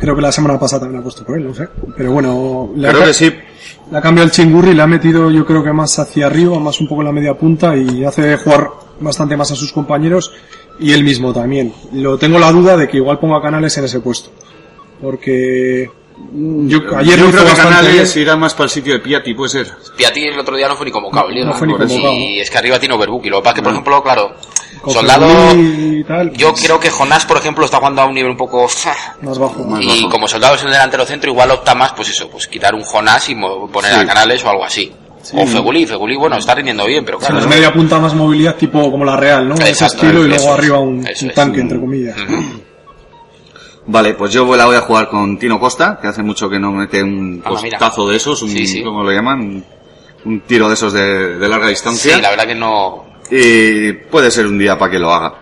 Creo que la semana pasada también ha puesto por él, no sé. Pero bueno, le ha Creo ca- que sí, La cambia el chingurri, la ha metido yo creo que más hacia arriba, más un poco en la media punta y hace jugar bastante más a sus compañeros y él mismo también. Lo tengo la duda de que igual ponga Canales en ese puesto. Porque mm, yo ayer Yo lo creo hizo que bastante Canales bien. irá más para el sitio de Piatti, puede ser. Piatti el otro día no fue ni convocado, No, líder, no fue ni por- convocado. Y es que arriba tiene Overbook. Y lo que pasa es que, por ejemplo, claro, Con Soldado. Fermín y tal, pues, Yo creo que Jonás, por ejemplo, está jugando a un nivel un poco. más bajo. Y como soldado es el delantero centro, igual opta más, pues eso, pues quitar un Jonás y mo- poner Sí. a Canales o algo así. O Feguli, Feguli, bueno, está rindiendo bien, pero O sea, claro. es ¿no? media punta más movilidad tipo como la Real, ¿no? ese Exacto, estilo y eso luego es, arriba eso un, un es. Mm. tanque, entre comillas. Vale, pues yo la voy a jugar con Tino Costa, que hace mucho que no mete un Ah, mira. costazo de esos, un, Sí, sí. ¿cómo lo llaman? Un, un tiro de esos de, de larga distancia. Sí, la verdad que no. Y puede ser un día para que lo haga.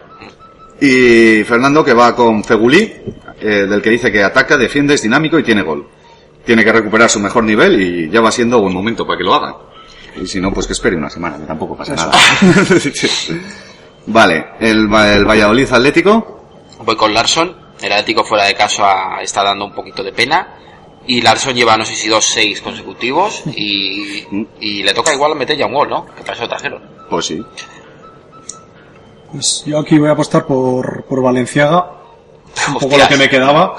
Y Fernando que va con Fegulí, eh, del que dice que ataca, defiende, es dinámico y tiene gol. Tiene que recuperar su mejor nivel y ya va siendo buen momento para que lo haga. Y si no, pues que espere una semana, que tampoco pasa nada. vale, el, Va- el Valladolid Atlético. Voy con Larson. El Atlético fuera de caso a- está dando un poquito de pena. Y Larson lleva, no sé si dos, seis consecutivos. Y, y le toca igual meter ya un gol, ¿no? Que para eso lo trajeron. Pues sí. Pues yo aquí voy a apostar por, por Valenciaga, un poco lo Hostias. que me quedaba.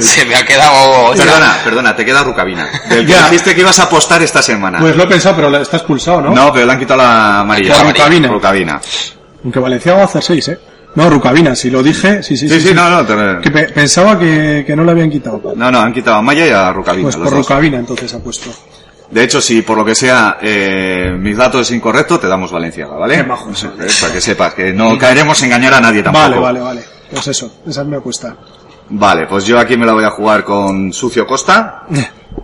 Se me ha quedado. Perdona, perdona, te queda Rucabina. Del que Ya. dijiste que ibas a apostar esta semana. Pues lo he pensado, pero está expulsado, ¿no? No, pero le han quitado la amarilla. La Rucabina. Rucabina. Aunque Valenciaga va a hacer seis, ¿eh? No, Rucabina, si lo dije, sí, sí, Sí, sí, no, no. te- Que pe- pensaba que, que no lo habían quitado. No, no, han quitado a Maya y a Rucabina. Pues los por dos. Rucabina entonces ha puesto. De hecho, si por lo que sea eh, mis datos es incorrecto, te damos Valenciaga, ¿vale? Qué majo eso. Eh, Para que sepas que no caeremos en engañar a nadie tampoco. Vale, vale, vale. Pues eso, esa es mi apuesta. Vale, pues yo aquí me la voy a jugar con Sucio Costa.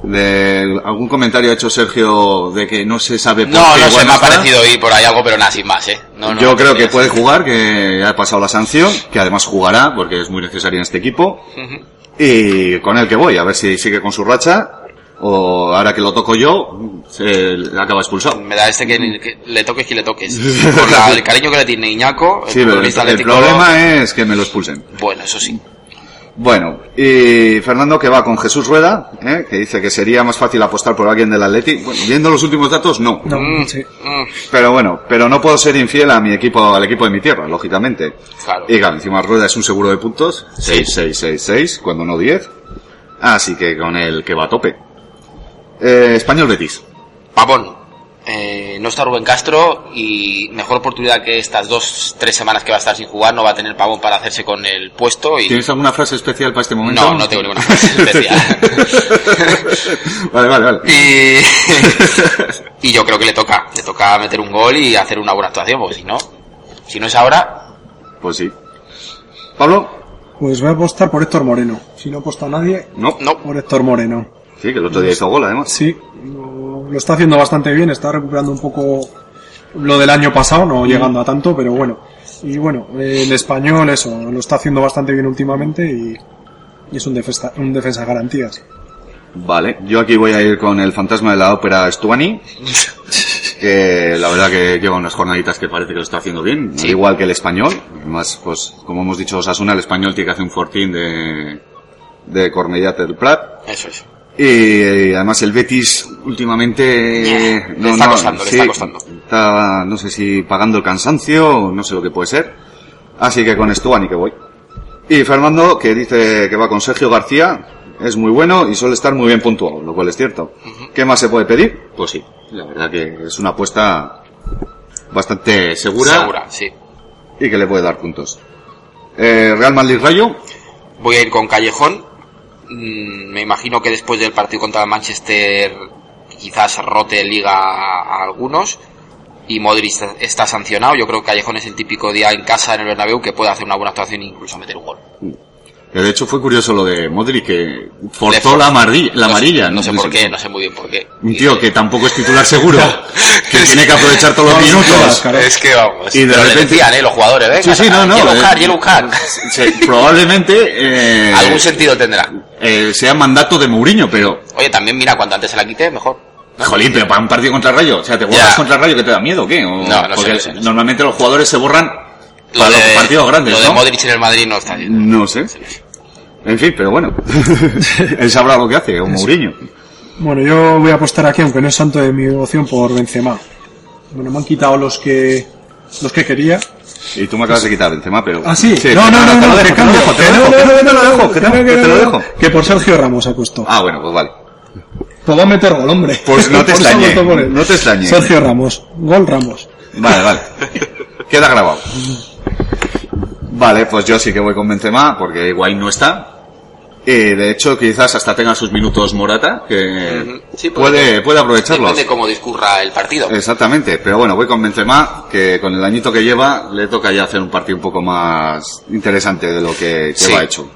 De- algún comentario ha hecho Sergio de que no se sabe por No, qué no igual se me ha está. parecido oír por ahí algo, pero nada, sin más, ¿eh? No, no, yo no creo que tenías. puede jugar, que ya ha pasado la sanción, que además jugará porque es muy necesaria en este equipo. Y con el que voy, a ver si sigue con su racha o ahora que lo toco yo, se acaba expulsado. Me da este que, que le toques que le toques. Por la- el cariño que le tiene Iñaco, el Sí, pero el, futbolista el atlético. problema es que me lo expulsen. Bueno, eso sí. Bueno, y Fernando que va con Jesús Rueda, ¿eh? que dice que sería más fácil apostar por alguien del Atleti. Bueno, viendo los últimos datos, no. No, sí. Pero bueno, pero no puedo ser infiel a mi equipo, al equipo de mi tierra, lógicamente. Claro. Y claro, encima Rueda es un seguro de puntos, Sí. 6, 6, 6, 6, cuando no 10. Así que con el que va a tope. Eh, Español Betis. Pavón. eh, no está Rubén Castro y mejor oportunidad que estas dos, tres semanas que va a estar sin jugar no va a tener Pavón para hacerse con el puesto y... ¿Tienes alguna frase especial para este momento? No, no tengo ninguna frase especial. vale, vale, vale. y... y yo creo que le toca. Le toca meter un gol y hacer una buena actuación, porque si no... Si no es ahora... Pues sí. Pablo, Pues voy a apostar por Héctor Moreno. Si no apuesta nadie, no. No. por Héctor Moreno. Sí, que el otro día hizo gol, además. Sí, lo, lo está haciendo bastante bien, está recuperando un poco lo del año pasado, no llegando a tanto, pero bueno. Y bueno, eh, el español eso, lo está haciendo bastante bien últimamente y, y es un defensa, un defensa garantías. Vale, yo aquí voy a ir con el fantasma de la ópera Stuani, que la verdad que lleva unas jornaditas que parece que lo está haciendo bien, al igual que el español. Además, pues como hemos dicho, Osasuna, el español tiene que hacer un fortín de, de Cornellá del Prat. Eso es. Y Eh, además el Betis últimamente... eh, Le está costando, le está costando. está, no sé si pagando el cansancio, no sé lo que puede ser. Así que con Stuani que voy. Y Fernando, que dice que va con Sergio García, es muy bueno y suele estar muy bien puntuado, lo cual es cierto. ¿Qué más se puede pedir? Pues sí, la verdad que es una apuesta bastante segura, Segura, sí. y que le puede dar puntos. Eh, Real Madrid Rayo, Voy a ir con Callejón. Mm, Me imagino que después del partido contra el Manchester quizás rote liga a algunos. Y Modric está- está sancionado. Yo creo que Callejón es el típico día en casa en el Bernabéu que puede hacer una buena actuación e incluso meter un gol. que de hecho fue curioso lo de Modric, que Le forzó forzó. la, amarilla- la No sé- amarilla. No, sé Sí, por sí. qué, no sé muy bien por qué. Un tío que tampoco es titular seguro, que tiene que aprovechar todos los Todos los días, minutos. claro. Es que vamos. Y de Pero le repente- decían, ¿eh? Los jugadores, ¿eh? Sí, sí, no, no, Yellow eh. card, yellow card. Sí, probablemente eh, Algún sentido tendrá. eh, sea mandato de Mourinho, pero Oye, también mira, cuanto antes se la quite, mejor. Jolín, pero para un partido contra el Rayo, o sea, ¿te borras Ya. contra el Rayo que te da miedo o qué? O- No, no sé, porque no sé, no sé. normalmente los jugadores se borran para los de- partidos grandes, Lo ¿no? de Modric en el Madrid no está bien. No sé. En fin, pero bueno. Él sabrá lo que hace, o Mourinho. Bueno, yo voy a apostar aquí, aunque no es santo de mi devoción, por Benzema. Bueno, me han quitado los que los que quería. Y tú me acabas de quitar Benzema, pero... Ah, sí. Sí, no, no, no, te no, lo que dejo, te lo dejo, te lo dejo, no, no, que te lo no, dejo, que te no, lo- que te lo dejo. Que por Sergio Ramos ha puesto. Ah, bueno, pues vale. Pues va a meter gol, hombre. Pues no te Por eso extrañé, voto por él. no te extrañé. Sergio Ramos. Gol Ramos. Vale, vale. Queda grabado. Vale, pues yo sí que voy con Benzema, porque Higuaín no está. Eh, de hecho, quizás hasta tenga sus minutos Morata, que Sí, porque puede, puede aprovecharlos. Depende cómo discurra el partido. Eh, Exactamente, pero bueno, voy con Benzema, que con el añito que lleva le toca ya hacer un partido un poco más interesante de lo que Sí. lleva hecho.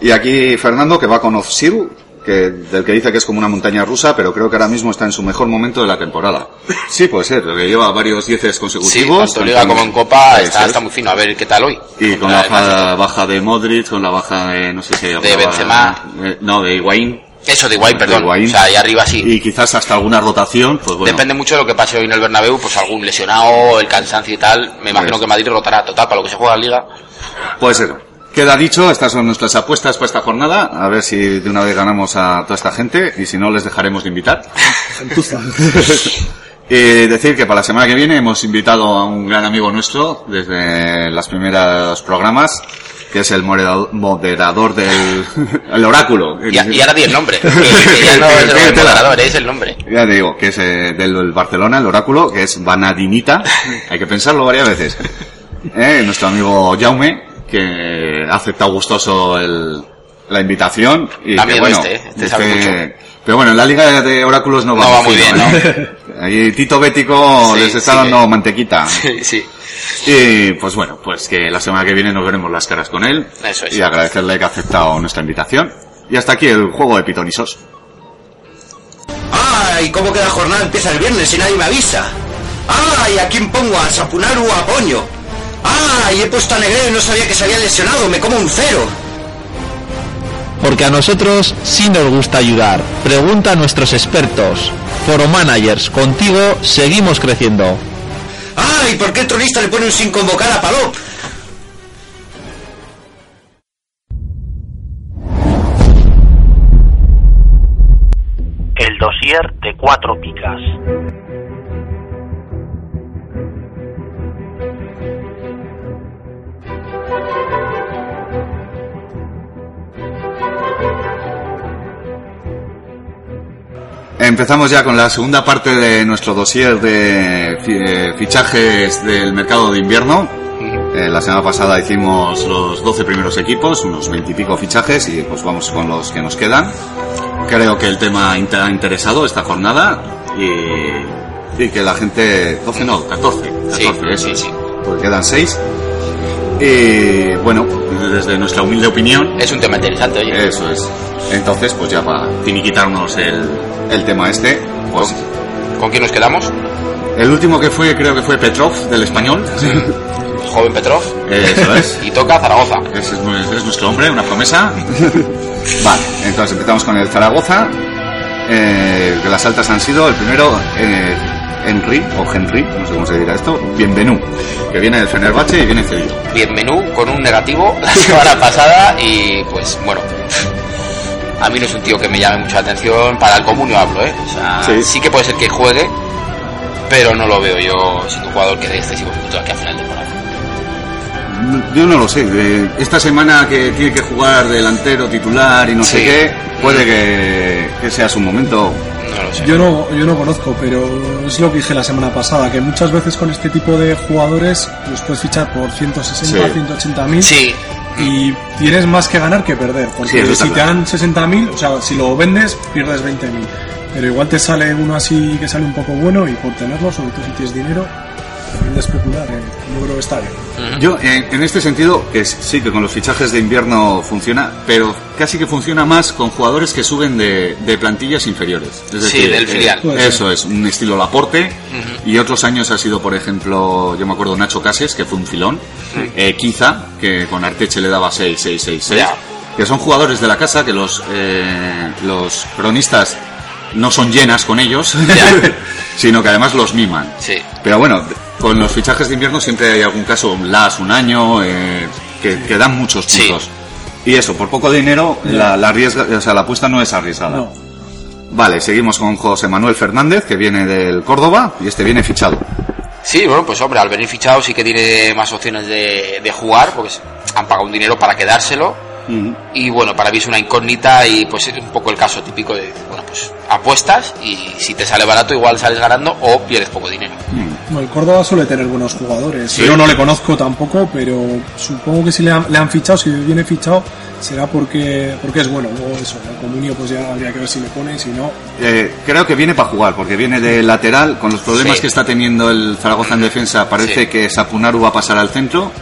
Y aquí Fernando, que va con Ofsil, que del que dice que es como una montaña rusa, pero creo que ahora mismo está en su mejor momento de la temporada. Sí, puede ser, que lleva varios dieces Sí, consecutivos. tanto en Liga tanto como en Copa Eso está, es. está muy fino. A ver qué tal hoy. Y con la Contra el baja, baja de Modric, con la baja de, no sé si... De Benzema. Eh, no, de Higuaín. Eso de Higuaín, De perdón. Higuaín. O sea, ahí arriba sí. Y quizás hasta alguna rotación, pues bueno. Depende mucho de lo que pase hoy en el Bernabéu, pues algún lesionado, el cansancio y tal. Me imagino Pues. que Madrid rotará total para lo que se juega en Liga. Puede ser. Queda dicho, estas son nuestras apuestas para esta jornada. A ver si de una vez ganamos a toda esta gente y si no les dejaremos de invitar. Eh, decir que para la semana que viene hemos invitado a un gran amigo nuestro desde las primeras programas, que es el moderado- moderador del el oráculo. Y, y ahora di el nombre. que- que ya no es el moderador, es el nombre. Ya te digo, que es eh, del del Barcelona, el oráculo, que es Vanadinita. Hay que pensarlo varias veces. Eh, nuestro amigo Jaume, que ha aceptado gustoso el- la invitación. Y Da que, miedo bueno, este, eh. Este sabe mucho. Pero bueno, en la Liga de Oráculos no va, No va muy muy fino, bien, ¿eh? Ahí Tito Bético Sí, les está sí. dando mantequita. Sí, sí. Y pues bueno, pues que la semana que viene nos veremos las caras con él. Eso es. Y agradecerle que ha aceptado nuestra invitación. Y hasta aquí el juego de pitonisos. ¡Ay! ¿Cómo que la jornada empieza el viernes si nadie me avisa? ¡Ay! ¿A quién pongo? ¿A Sapunaru o a Poño? ¡Ay! He puesto a Negredo y no sabía que se había lesionado. ¡Me como un cero! Porque a nosotros sí nos gusta ayudar. Pregunta a nuestros expertos. Foro Managers, contigo seguimos creciendo. ¡Ay! ¿Por qué el tronista le pone un sin convocar a Palop? El dossier de cuatro picas. Empezamos ya con la segunda parte de nuestro dossier de fi- eh, fichajes del mercado de invierno. Eh, la semana pasada hicimos los 12 primeros equipos, unos 20 y pico fichajes, y pues vamos con los que nos quedan. Creo que el tema inte- ha interesado esta jornada y, y que la gente... 12 no, 14. 14 eso es, Porque quedan 6. Y bueno, desde nuestra humilde opinión... Es un tema interesante, oye. Eso es. Entonces, pues ya para finiquitarnos el, el tema este, pues... ¿Con quién nos quedamos? El último que fue, creo que fue Petrov, del español. Joven Petrov. Eso es. Y toca Zaragoza. Ese es, nu- ese es nuestro hombre, una promesa. vale, entonces empezamos con el Zaragoza. Eh, que las altas han sido el primero, eh, Henry, o Henry, no sé cómo se dirá esto, Bienvenú, que viene del Fenerbahce y viene cedido. Bienvenú con un negativo la semana pasada y pues bueno. A mí no es un tío que me llame mucha atención, para el comunio hablo, ¿eh? O sea, Sí. sí. que puede ser que juegue, pero no lo veo yo siendo un jugador que dé excesivo punto aquí a final de temporada. No- Yo no lo sé, de- esta semana que tiene que jugar delantero, titular y no sé Sí. qué, puede que, que sea su momento. No lo sé. Yo no, yo no conozco, pero es lo que dije la semana pasada, que muchas veces con este tipo de jugadores los puedes fichar por 160, Sí. 180 mil. Sí. Y tienes más que ganar que perder, Sí, porque eso está si te claro. dan 60 mil, o sea, si lo vendes, pierdes 20 mil. Pero igual te sale uno así que sale un poco bueno y por tenerlo, sobre todo si tienes dinero, también de especular, eh, yo creo que está bien. Yo, en, en este sentido, que s- sí que con los fichajes de invierno funciona, pero casi que funciona más con jugadores que suben de, de plantillas inferiores. Es eh, Sí, del filial. Puede eso es, un estilo Laporte. Y otros años ha sido, por ejemplo, yo me acuerdo Nacho Cases, que fue un filón. Eh, Kiza, que con Arteche le daba 6, 6, 6, 6. Ya. Que son jugadores de la casa que los, eh, los cronistas no son llenas con ellos, sino que además los miman. Sí. Pero bueno, con los fichajes de invierno siempre hay algún caso, un LAS, un año, eh, que, que dan muchos puntos. Y eso, por poco dinero, la, la, arriesga- o sea, la apuesta no es arriesgada. No. Vale, seguimos con José Manuel Fernández, que viene del Córdoba, y este viene fichado. Sí, bueno, pues hombre, al venir fichado sí que tiene más opciones de, de jugar, porque han pagado un dinero para quedárselo. Uh -huh. Y bueno, para mí es una incógnita y pues es un poco el caso típico de, bueno, pues apuestas y si te sale barato igual sales ganando o pierdes poco dinero. Mm. El Córdoba suele tener buenos jugadores. Sí. Yo no le conozco tampoco, pero supongo que si le han, le han, fichado, si viene fichado, será porque porque es bueno. Luego eso, el comunio pues ya habría que ver si le pone, si no. Eh, creo que viene para jugar, porque viene de lateral, con los problemas sí. que está teniendo el Zaragoza en defensa, parece sí. que Sapunaru va a pasar al centro.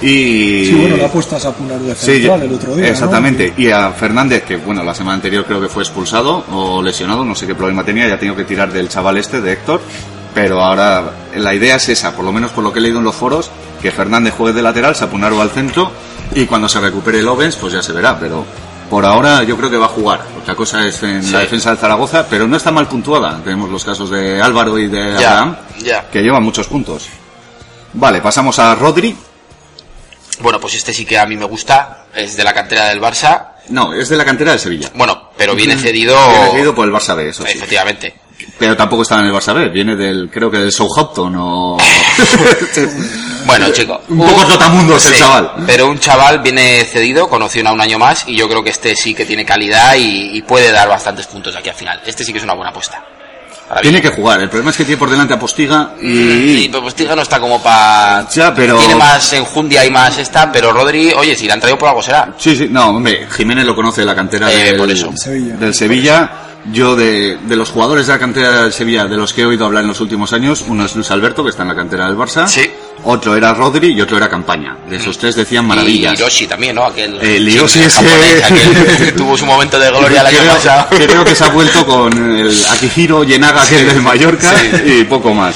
Y... Sí, bueno, la apuesta a Punaru de central sí, el otro día. Exactamente. ¿no? Y a Fernández, que bueno, la semana anterior creo que fue expulsado o lesionado, no sé qué problema tenía, ya ha tenido que tirar del chaval este, de Héctor. Pero ahora la idea es esa, por lo menos por lo que he leído en los foros, que Fernández juegue de lateral, Sapunaru al centro y cuando se recupere el Ovens, pues ya se verá. Pero por ahora yo creo que va a jugar. La cosa es en sí. la defensa del Zaragoza, pero no está mal puntuada. Tenemos los casos de Álvaro y de ya, Abraham, ya. que llevan muchos puntos. Vale, pasamos a Rodri, bueno, pues este sí que a mí me gusta, es de la cantera del Barça. No, es de la cantera del Sevilla. Bueno, pero viene cedido. Viene cedido por el Barça B, eso Efectivamente. Sí. Pero tampoco estaba en el Barça B, viene del, creo que del Southampton o. bueno, chico. Un poco trotamundos sí, el chaval. Pero un chaval viene cedido, con opción a un año más, y yo creo que este sí que tiene calidad y, y puede dar bastantes puntos aquí al final. Este sí que es una buena apuesta. Tiene que jugar. El problema es que tiene por delante a Postiga y. Sí, pero Postiga no está como para. Ya, pero. Tiene más enjundia y más esta, pero Rodri, oye, si la han traído por algo será. Sí, sí, no, hombre, Jiménez lo conoce de la cantera eh, del, por eso. Sevilla. del Sevilla. Yo, de, de, los jugadores de la cantera del Sevilla, de los que he oído hablar en los últimos años, uno es Luis Alberto, que está en la cantera del Barça. Sí. Otro era Rodri y otro era Campaña. De esos tres decían maravillas. Eh, Y Hiroshi también, ¿no? Aquel. El Hiroshi es que... ¿eh? Aquel tuvo su momento de gloria la creo, pasado. Creo que se ha vuelto con el Akihiro Yenaga, que sí, es del Mallorca, sí. y poco más.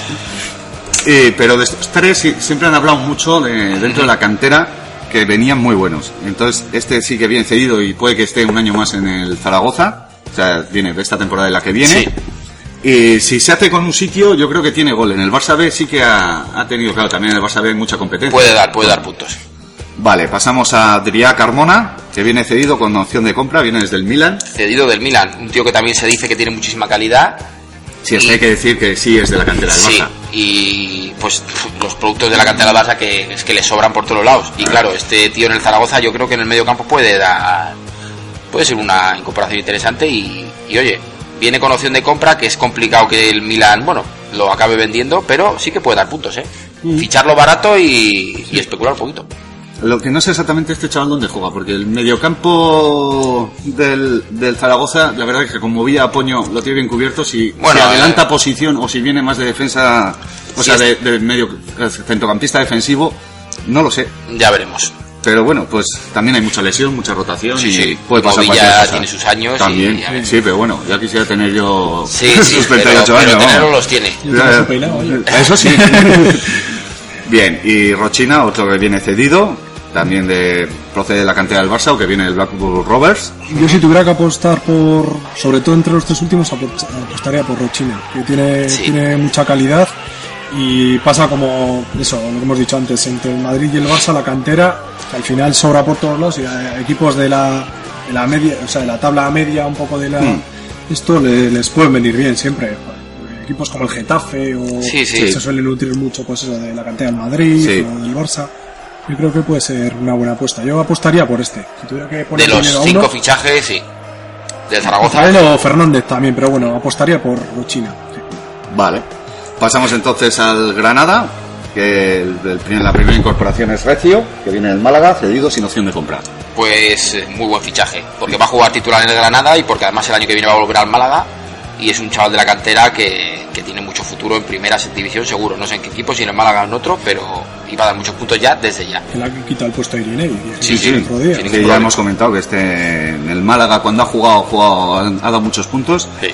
Eh, pero de estos tres siempre han hablado mucho de, dentro de la cantera que venían muy buenos. Entonces, este sí que bien cedido y puede que esté un año más en el Zaragoza. O sea, viene de esta temporada de la que viene. Sí. Eh, si se hace con un sitio, yo creo que tiene gol. En el Barça B sí que ha, ha tenido, claro, también en el Barça B mucha competencia. Puede dar, puede dar puntos. Vale, pasamos a Adrià Carmona, que viene cedido con opción de compra, viene desde el Milan. Cedido del Milan, un tío que también se dice que tiene muchísima calidad. Sí, es y... que hay que decir que sí es de la cantera del sí, Barça. Y pues los productos de la cantera del Barça que, es que le sobran por todos lados. Y claro, este tío en el Zaragoza yo creo que en el medio campo puede dar... Puede ser una incorporación interesante y, y oye, viene con opción de compra, que es complicado que el Milan, bueno, lo acabe vendiendo, pero sí que puede dar puntos, ¿eh? Mm. Ficharlo barato y, y, especular un poquito. Lo que no sé exactamente este chaval dónde juega, porque el mediocampo del, del Zaragoza, la verdad es que conmovía a Poño, lo tiene bien cubierto, si, bueno, si adelanta eh, posición o si viene más de defensa, o si sea, es... de, de, medio eh, centrocampista defensivo, no lo sé. Ya veremos. Pero bueno, pues también hay mucha lesión, mucha rotación sí, y sí. puede pasar Movilla cualquier cosa. tiene sus años. También, y, sí, sí, pero bueno, ya quisiera tener yo sí, sus 38 pero, años. Pero tenerlo los tiene. Ya, peinado, eso sí. Bien, y Rochina, otro que viene cedido, también de procede de la cantera del Barça o que viene del Blackpool Rovers. Yo si tuviera que apostar por, sobre todo entre los tres últimos, apostaría por Rochina, que tiene, tiene mucha calidad y pasa como eso, lo que hemos dicho antes, entre el Madrid y el Barça, la cantera, al final sobra por todos lados y a equipos de la, de la media, o sea, de la tabla media, un poco de la. Hmm. Mm. Esto le, les puede venir bien siempre. Equipos como el Getafe o sí, sí. se suelen nutrir mucho pues eso, de la cantera del Madrid sí. o del Barça. Yo creo que puede ser una buena apuesta. Yo apostaría por este. Si tuviera que poner de los cinco uno, fichajes, sí. Del Zaragoza. O Fernández también, pero bueno, apostaría por China. Vale. Pasamos entonces al Granada, que el, el, la primera incorporación es Recio, que viene del Málaga, cedido sin opción de compra. Pues muy buen fichaje, porque va a jugar titular en el Granada y porque además el año que viene va a volver al Málaga. Y es un chaval de la cantera que, que tiene mucho futuro en primera división, seguro. No sé en qué equipo, si en el Málaga o en otro, pero iba a dar muchos puntos ya desde ya. Le ha quitado el puesto a Irene. Sí, sí, sí, sí, sí ya problema. hemos comentado que este, en el Málaga, cuando ha jugado, ha, jugado, ha dado muchos puntos. Sí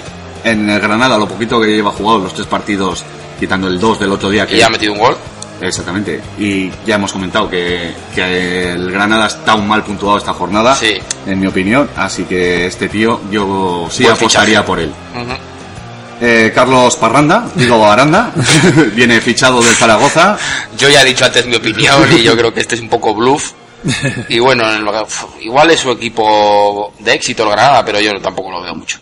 en el Granada, lo poquito que lleva jugado los tres partidos, quitando el 2 del otro día. Que y ha metido un gol. Exactamente. Y ya hemos comentado que, que el Granada está un mal puntuado esta jornada, sí. en mi opinión. Así que este tío, yo sí Buen apostaría fichaje. por él. Uh -huh. eh, Carlos Parranda, digo Aranda, viene fichado del Zaragoza. Yo ya he dicho antes mi opinión y yo creo que este es un poco bluff. Y bueno, igual es su equipo de éxito el Granada, pero yo tampoco lo veo mucho.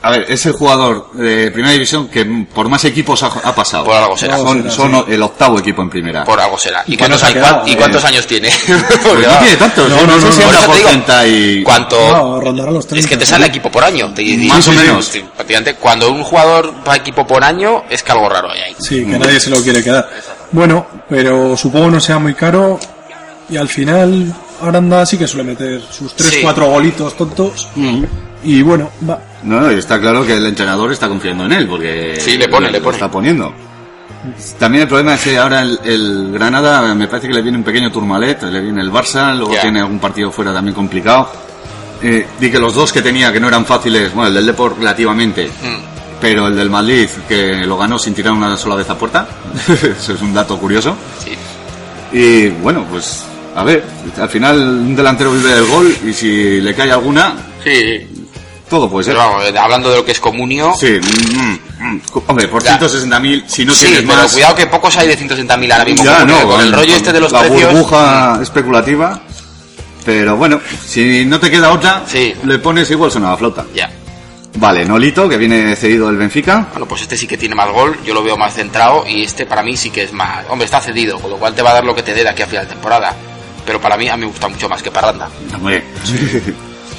a ver, es el jugador de primera división que por más equipos ha, ha pasado. Por algo será. Son, Por algo son el octavo equipo en primera. Por algo será. ¿Y, ¿Y cuántos, cuántos hay- ha quedado? cuán- ¿y cuántos Eh, años tiene? Pues no tiene tantos. No, No, no, sé no, si no, anda por no. Por eso te digo, 30 y... ¿Cuánto? rondará los Es que te sale equipo por año. Te- y- Más o sí, sí, menos. sí, prácticamente, cuando un jugador va equipo por año, es que algo raro hay ahí. Sí, que nadie se lo quiere quedar. Bueno, pero supongo no sea muy caro. Y al final, Aranda sí que suele meter sus 3-4 golitos tontos. Mm. Y bueno, va. No, no, y está claro que el entrenador está confiando en él, porque... Sí, le pone, lo- le lo pone. está poniendo. También el problema es que ahora el, el Granada me parece que le viene un pequeño turmalet, le viene el Barça, luego Ya. tiene algún partido fuera también complicado. Eh, di que los dos que tenía que no eran fáciles, bueno, el del Depor relativamente, Mm. pero el del Madrid que lo ganó sin tirar una sola vez a puerta, eso es un dato curioso. Y bueno, pues a ver, al final un delantero vive del gol y si le cae alguna, Sí. todo puede ser. Pero vamos, eh, hablando de lo que es comunio. Sí, mm, mm, mm. hombre, por Ya. 160.000, si no sí, tienes pero más. cuidado que pocos hay de 160.000 ahora mismo. Ya, porque no, con el rollo este de los la precios. burbuja especulativa. Pero bueno, si no te queda otra, le pones igual suena la flauta. Ya. Vale, Nolito, que viene cedido del Benfica. Bueno, pues este sí que tiene más gol, yo lo veo más centrado y este para mí sí que es más... Hombre, está cedido, con lo cual te va a dar lo que te dé de aquí a final de temporada. Pero para mí a mí me gusta mucho más que Parranda. Hombre.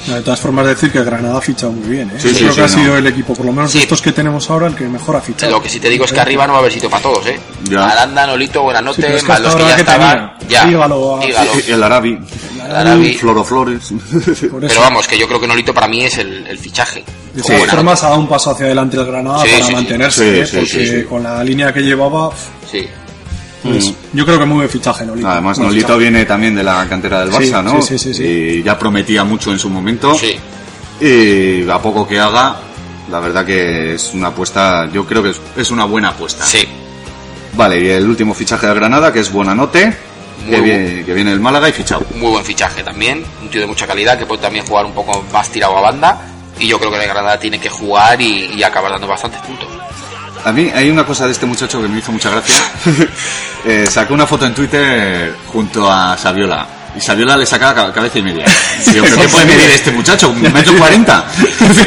No, de todas formas, decir que Granada ha fichado muy bien. ¿eh? Sí, Yo sí, creo sí, que ha no. sido el equipo, por lo menos de estos que tenemos ahora, el que mejor ha fichado. Lo que sí te digo es que arriba no va a haber sitio para todos, ¿eh? Ya. Aranda, Nolito, Sí, pero Buenanote, es que más los que hasta ya ahora que estaban... tenía. Ya. Dígalo, Dígalo. El Arabi. El Arabi. Floroflores. Pero vamos, que yo creo que Nolito para mí es el, el fichaje. Como De todas Buenanote. formas, ha dado un paso hacia adelante el Granada Sí, para sí, sí. mantenerse, Sí, ¿eh? sí, sí, porque sí. con la línea que llevaba, Sí. pues, Mm. yo creo que muy buen fichaje, Nolito. Además, Buen Nolito fichaje. viene también de la cantera del Sí, Barça, ¿no? sí, sí, sí, sí. Y ya prometía mucho en su momento. Y a poco que haga, la verdad que es una apuesta, yo creo que es- es una buena apuesta. Sí. Vale, y el último fichaje de Granada, que es Buenanote, Muy que bu- viene, que viene el Málaga y fichado. Muy buen fichaje también, un tío de mucha calidad que puede también jugar un poco más tirado a banda. Y yo creo que la Granada tiene que jugar y, y acabar dando bastantes puntos. A mí hay una cosa de este muchacho que me hizo mucha gracia. Eh, sacó una foto en Twitter junto a Saviola. Y Saviola le sacaba ca- cabeza y media. Digo, ¿pero qué puede medir este muchacho? ¿Un metro cuarenta?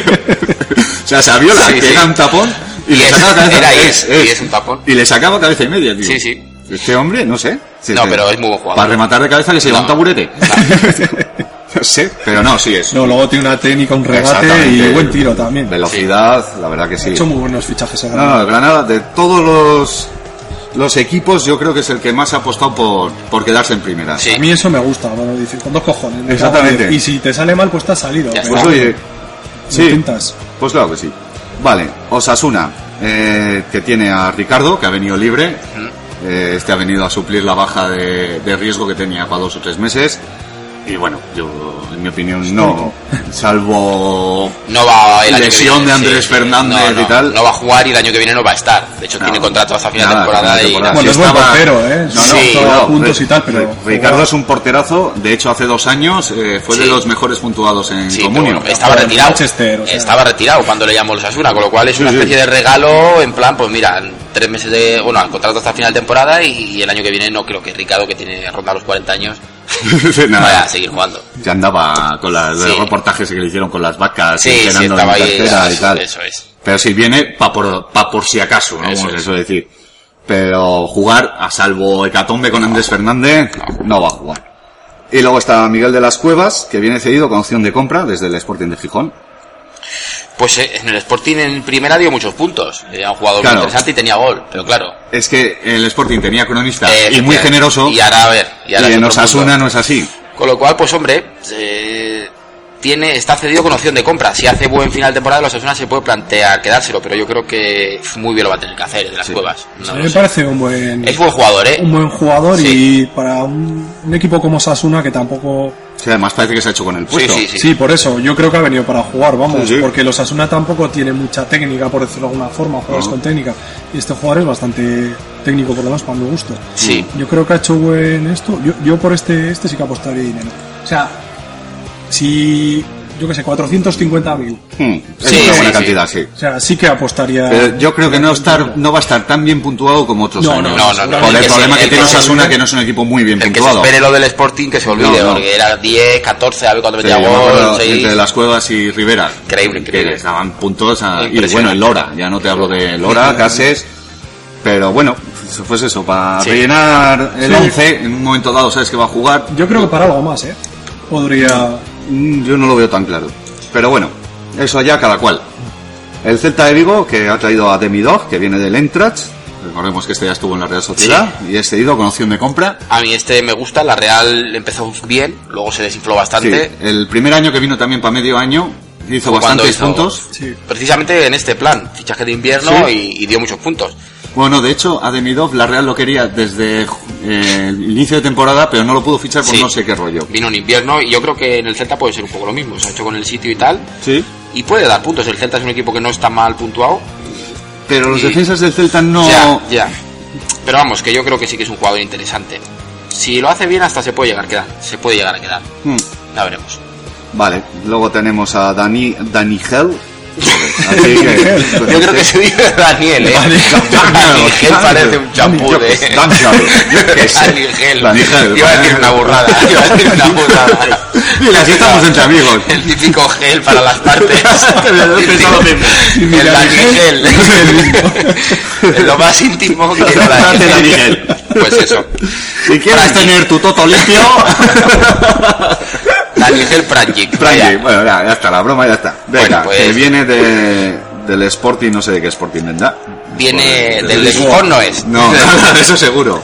o sea, Saviola Sí, que sí. era un tapón y, Y le es- sacaba cabeza era y media. es, y es un tapón. Y le sacaba cabeza y media, tío. Sí, sí. Este hombre, no sé. Sí, No, sí. pero es muy buen Para jugador. rematar de cabeza que se lleva un taburete. no sé, pero no, sí es. No, luego tiene una técnica, un regate Exactamente. y buen tiro también. Velocidad, la verdad que sí. Ah. Ha hecho muy buenos fichajes eh, en No, no, Granada, de todos los, los equipos, yo creo que es el que más ha apostado por, por quedarse en primera. A mí eso me gusta, bueno, dice, con dos cojones. me cago en Exactamente. diez. Y si te sale mal, pues te has salido. pero Pues oye, lo sí, intentas. pues claro que sí. Vale, Osasuna, eh, que tiene a Ricardo, que ha venido libre. Eh, este ha venido a suplir la baja de, de riesgo que tenía para dos o tres meses. Y bueno, yo, en mi opinión, no. Salvo No va el año lesión que viene, de sí, Andrés sí. Fernández No, no, y tal. Ah, No va a jugar y el año que viene no va a estar. De hecho, tiene contrato hasta final de Nada, final temporada. de y temporada. nada. Bueno, es buen portero, ¿eh? No, no, Sí, cuidado. puntos Re- y tal, pero- Re- Ricardo es un porterazo. De hecho, hace dos años eh, fue de Sí. los mejores puntuados en Sí, pero Comunio. bueno, estaba retirado. Estaba retirado cuando le llamó los Asuna, con lo cual es una especie de regalo en plan, pues mira, en tres meses de, bueno, al contrato hasta final de temporada y, y el año que viene no creo que Ricardo, que tiene ronda los 40 años, Nada. vaya a seguir jugando. Ya andaba con la- los Sí. reportajes que le hicieron con las vacas, Sí, y sí, llenando estaba la ahí, cartera eso, y tal. eso es. Pero si viene, pa por, pa por si acaso, ¿no? Eso Como se es. suele decir. Pero jugar, a salvo Hecatombe con Andrés Fernández, no va a jugar. Y luego está Miguel de las Cuevas, que viene cedido con opción de compra desde el Sporting de Gijón. Pues eh, en el Sporting en primera dio muchos puntos. eh, Era un jugador Claro. muy interesante y tenía gol, pero claro. Es que el Sporting tenía cronista Eh, y muy efectivamente. generoso. Y ahora, a ver, y ahora es en otro Osasuna punto. no es así. Con lo cual, pues hombre, eh, tiene, está cedido con opción de compra. Si hace buen final de temporada, los Asuna se puede plantear quedárselo, pero yo creo que muy bien lo va a tener que hacer de las cuevas. No A lo mí me sé. parece un buen, Es buen jugador, ¿eh? un buen jugador Sí. y para un, un equipo como Sasuna que tampoco... Sí, además parece que se ha hecho con el puesto. sí, por eso. Yo creo que ha venido para jugar, vamos. Sí, sí. Porque los Asuna tampoco tiene mucha técnica, por decirlo de alguna forma. Juegas No. con técnica. Y este jugador es bastante técnico, por lo menos, para mi gusto. Sí. Yo creo que ha hecho buen esto. Yo, yo por este, este sí que apostaría dinero. O sea, si yo qué sé, 450.000. Hmm, es sí, una buena sí, cantidad, sí. O sea, sí que apostaría. Pero yo creo que no, estar, no va a estar tan bien puntuado como otros no, años. No, no, no. Por el, que problema se- que el tiene que se- Osasuna, que no es un equipo muy bien El que se puntuado. espere lo del Sporting que se olvide, No, no. porque era 10, 14, a ver cuándo Sí, yo metía me acuerdo gol, entre 6. las cuevas y Rivera. Increíble, increíble. Que les daban puntos a, y Impresionante. bueno, el Lora, ya no te hablo de Lora, Cases. Pero bueno, eso- pues eso, para Sí. rellenar el Sí. 11, en un momento dado sabes que va a jugar. Yo creo que para algo más, ¿eh? Podría. Mm, Yo no lo veo tan claro. Pero bueno, eso ya cada cual. El Celta de Vigo, que ha traído a Demidog, que viene del Entrach. Recordemos que este ya estuvo en la Real Sociedad y es cedido con opción de compra. A mí este me gusta, la Real empezó bien, luego se desinfló bastante. Sí, el primer año que vino también para medio año, hizo Cuando bastantes hizo- puntos. Precisamente en este plan, fichaje de invierno Sí. y, y dio muchos puntos. Bueno, de hecho, a Demidov la Real lo quería desde eh, el inicio de temporada, pero no lo pudo fichar por Sí. no sé qué rollo. Vino en invierno y yo creo que en el Celta puede ser un poco lo mismo, se ha hecho con el sitio y tal, Sí. y puede dar puntos. El Celta es un equipo que no está mal puntuado. Pero los Y- defensas del Celta no. Ya, ya. Pero vamos, que yo creo que sí que es un jugador interesante. Si lo hace bien, hasta se puede llegar a quedar. Se puede llegar a quedar. Hmm, Ya veremos. Vale, luego tenemos a Dani, Danigel. Así Yo creo que se dice Daniel, ¿eh? Daniel parece un champú de... Daniel. Danigel. Iba a decir una burrada. Iba a decir una burrada. Mira, aquí estamos entre amigos. El típico gel para las partes. El Daniel. Es lo más íntimo que tiene la Date gente. Danigel. Pues eso. Si quieres tener tu toto limpio, Daniel Pranjic. Frankie, bueno, ya, ya está, la broma ya está. Venga, Bueno, pues- que viene de, del Sporting, no sé de qué Sporting vendrá. Viene Joder, Eh, del Lisboa. Lisboa, no es. No, nada de eso seguro.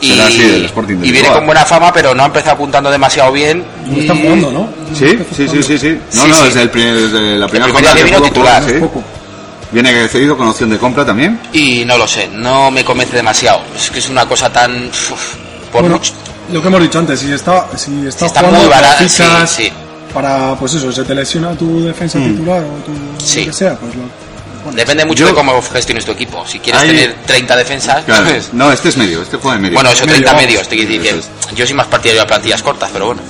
Y, Será así, del Sporting de y viene Lisboa. con buena fama, pero no ha empezado apuntando demasiado bien. No está jugando, ¿no? Sí, sí, sí, sí, sí. No, Sí, no, sí. desde, el pri- desde la primera primer jornada día que que vino pudo jugar, titular. ¿eh? sí. Viene cedido con opción de compra también. Y no lo sé, no me convence demasiado. Es que es una cosa tan. uf, por Bueno, mucho. lo que hemos dicho antes, si está, si está, Está jugando, muy para barata. Sí, fichas, sí. Para, pues eso, se te lesiona tu defensa Mm. titular o tu. Sí. Lo que sea, pues lo- Depende mucho Yo- de cómo gestiones tu equipo. Si quieres Ahí- tener 30 defensas. Claro. pues- No, este es medio, este juega de medio. Bueno, eso, 30 medios. Te quiero Eso decir que yo soy más partidario de plantillas cortas, pero bueno.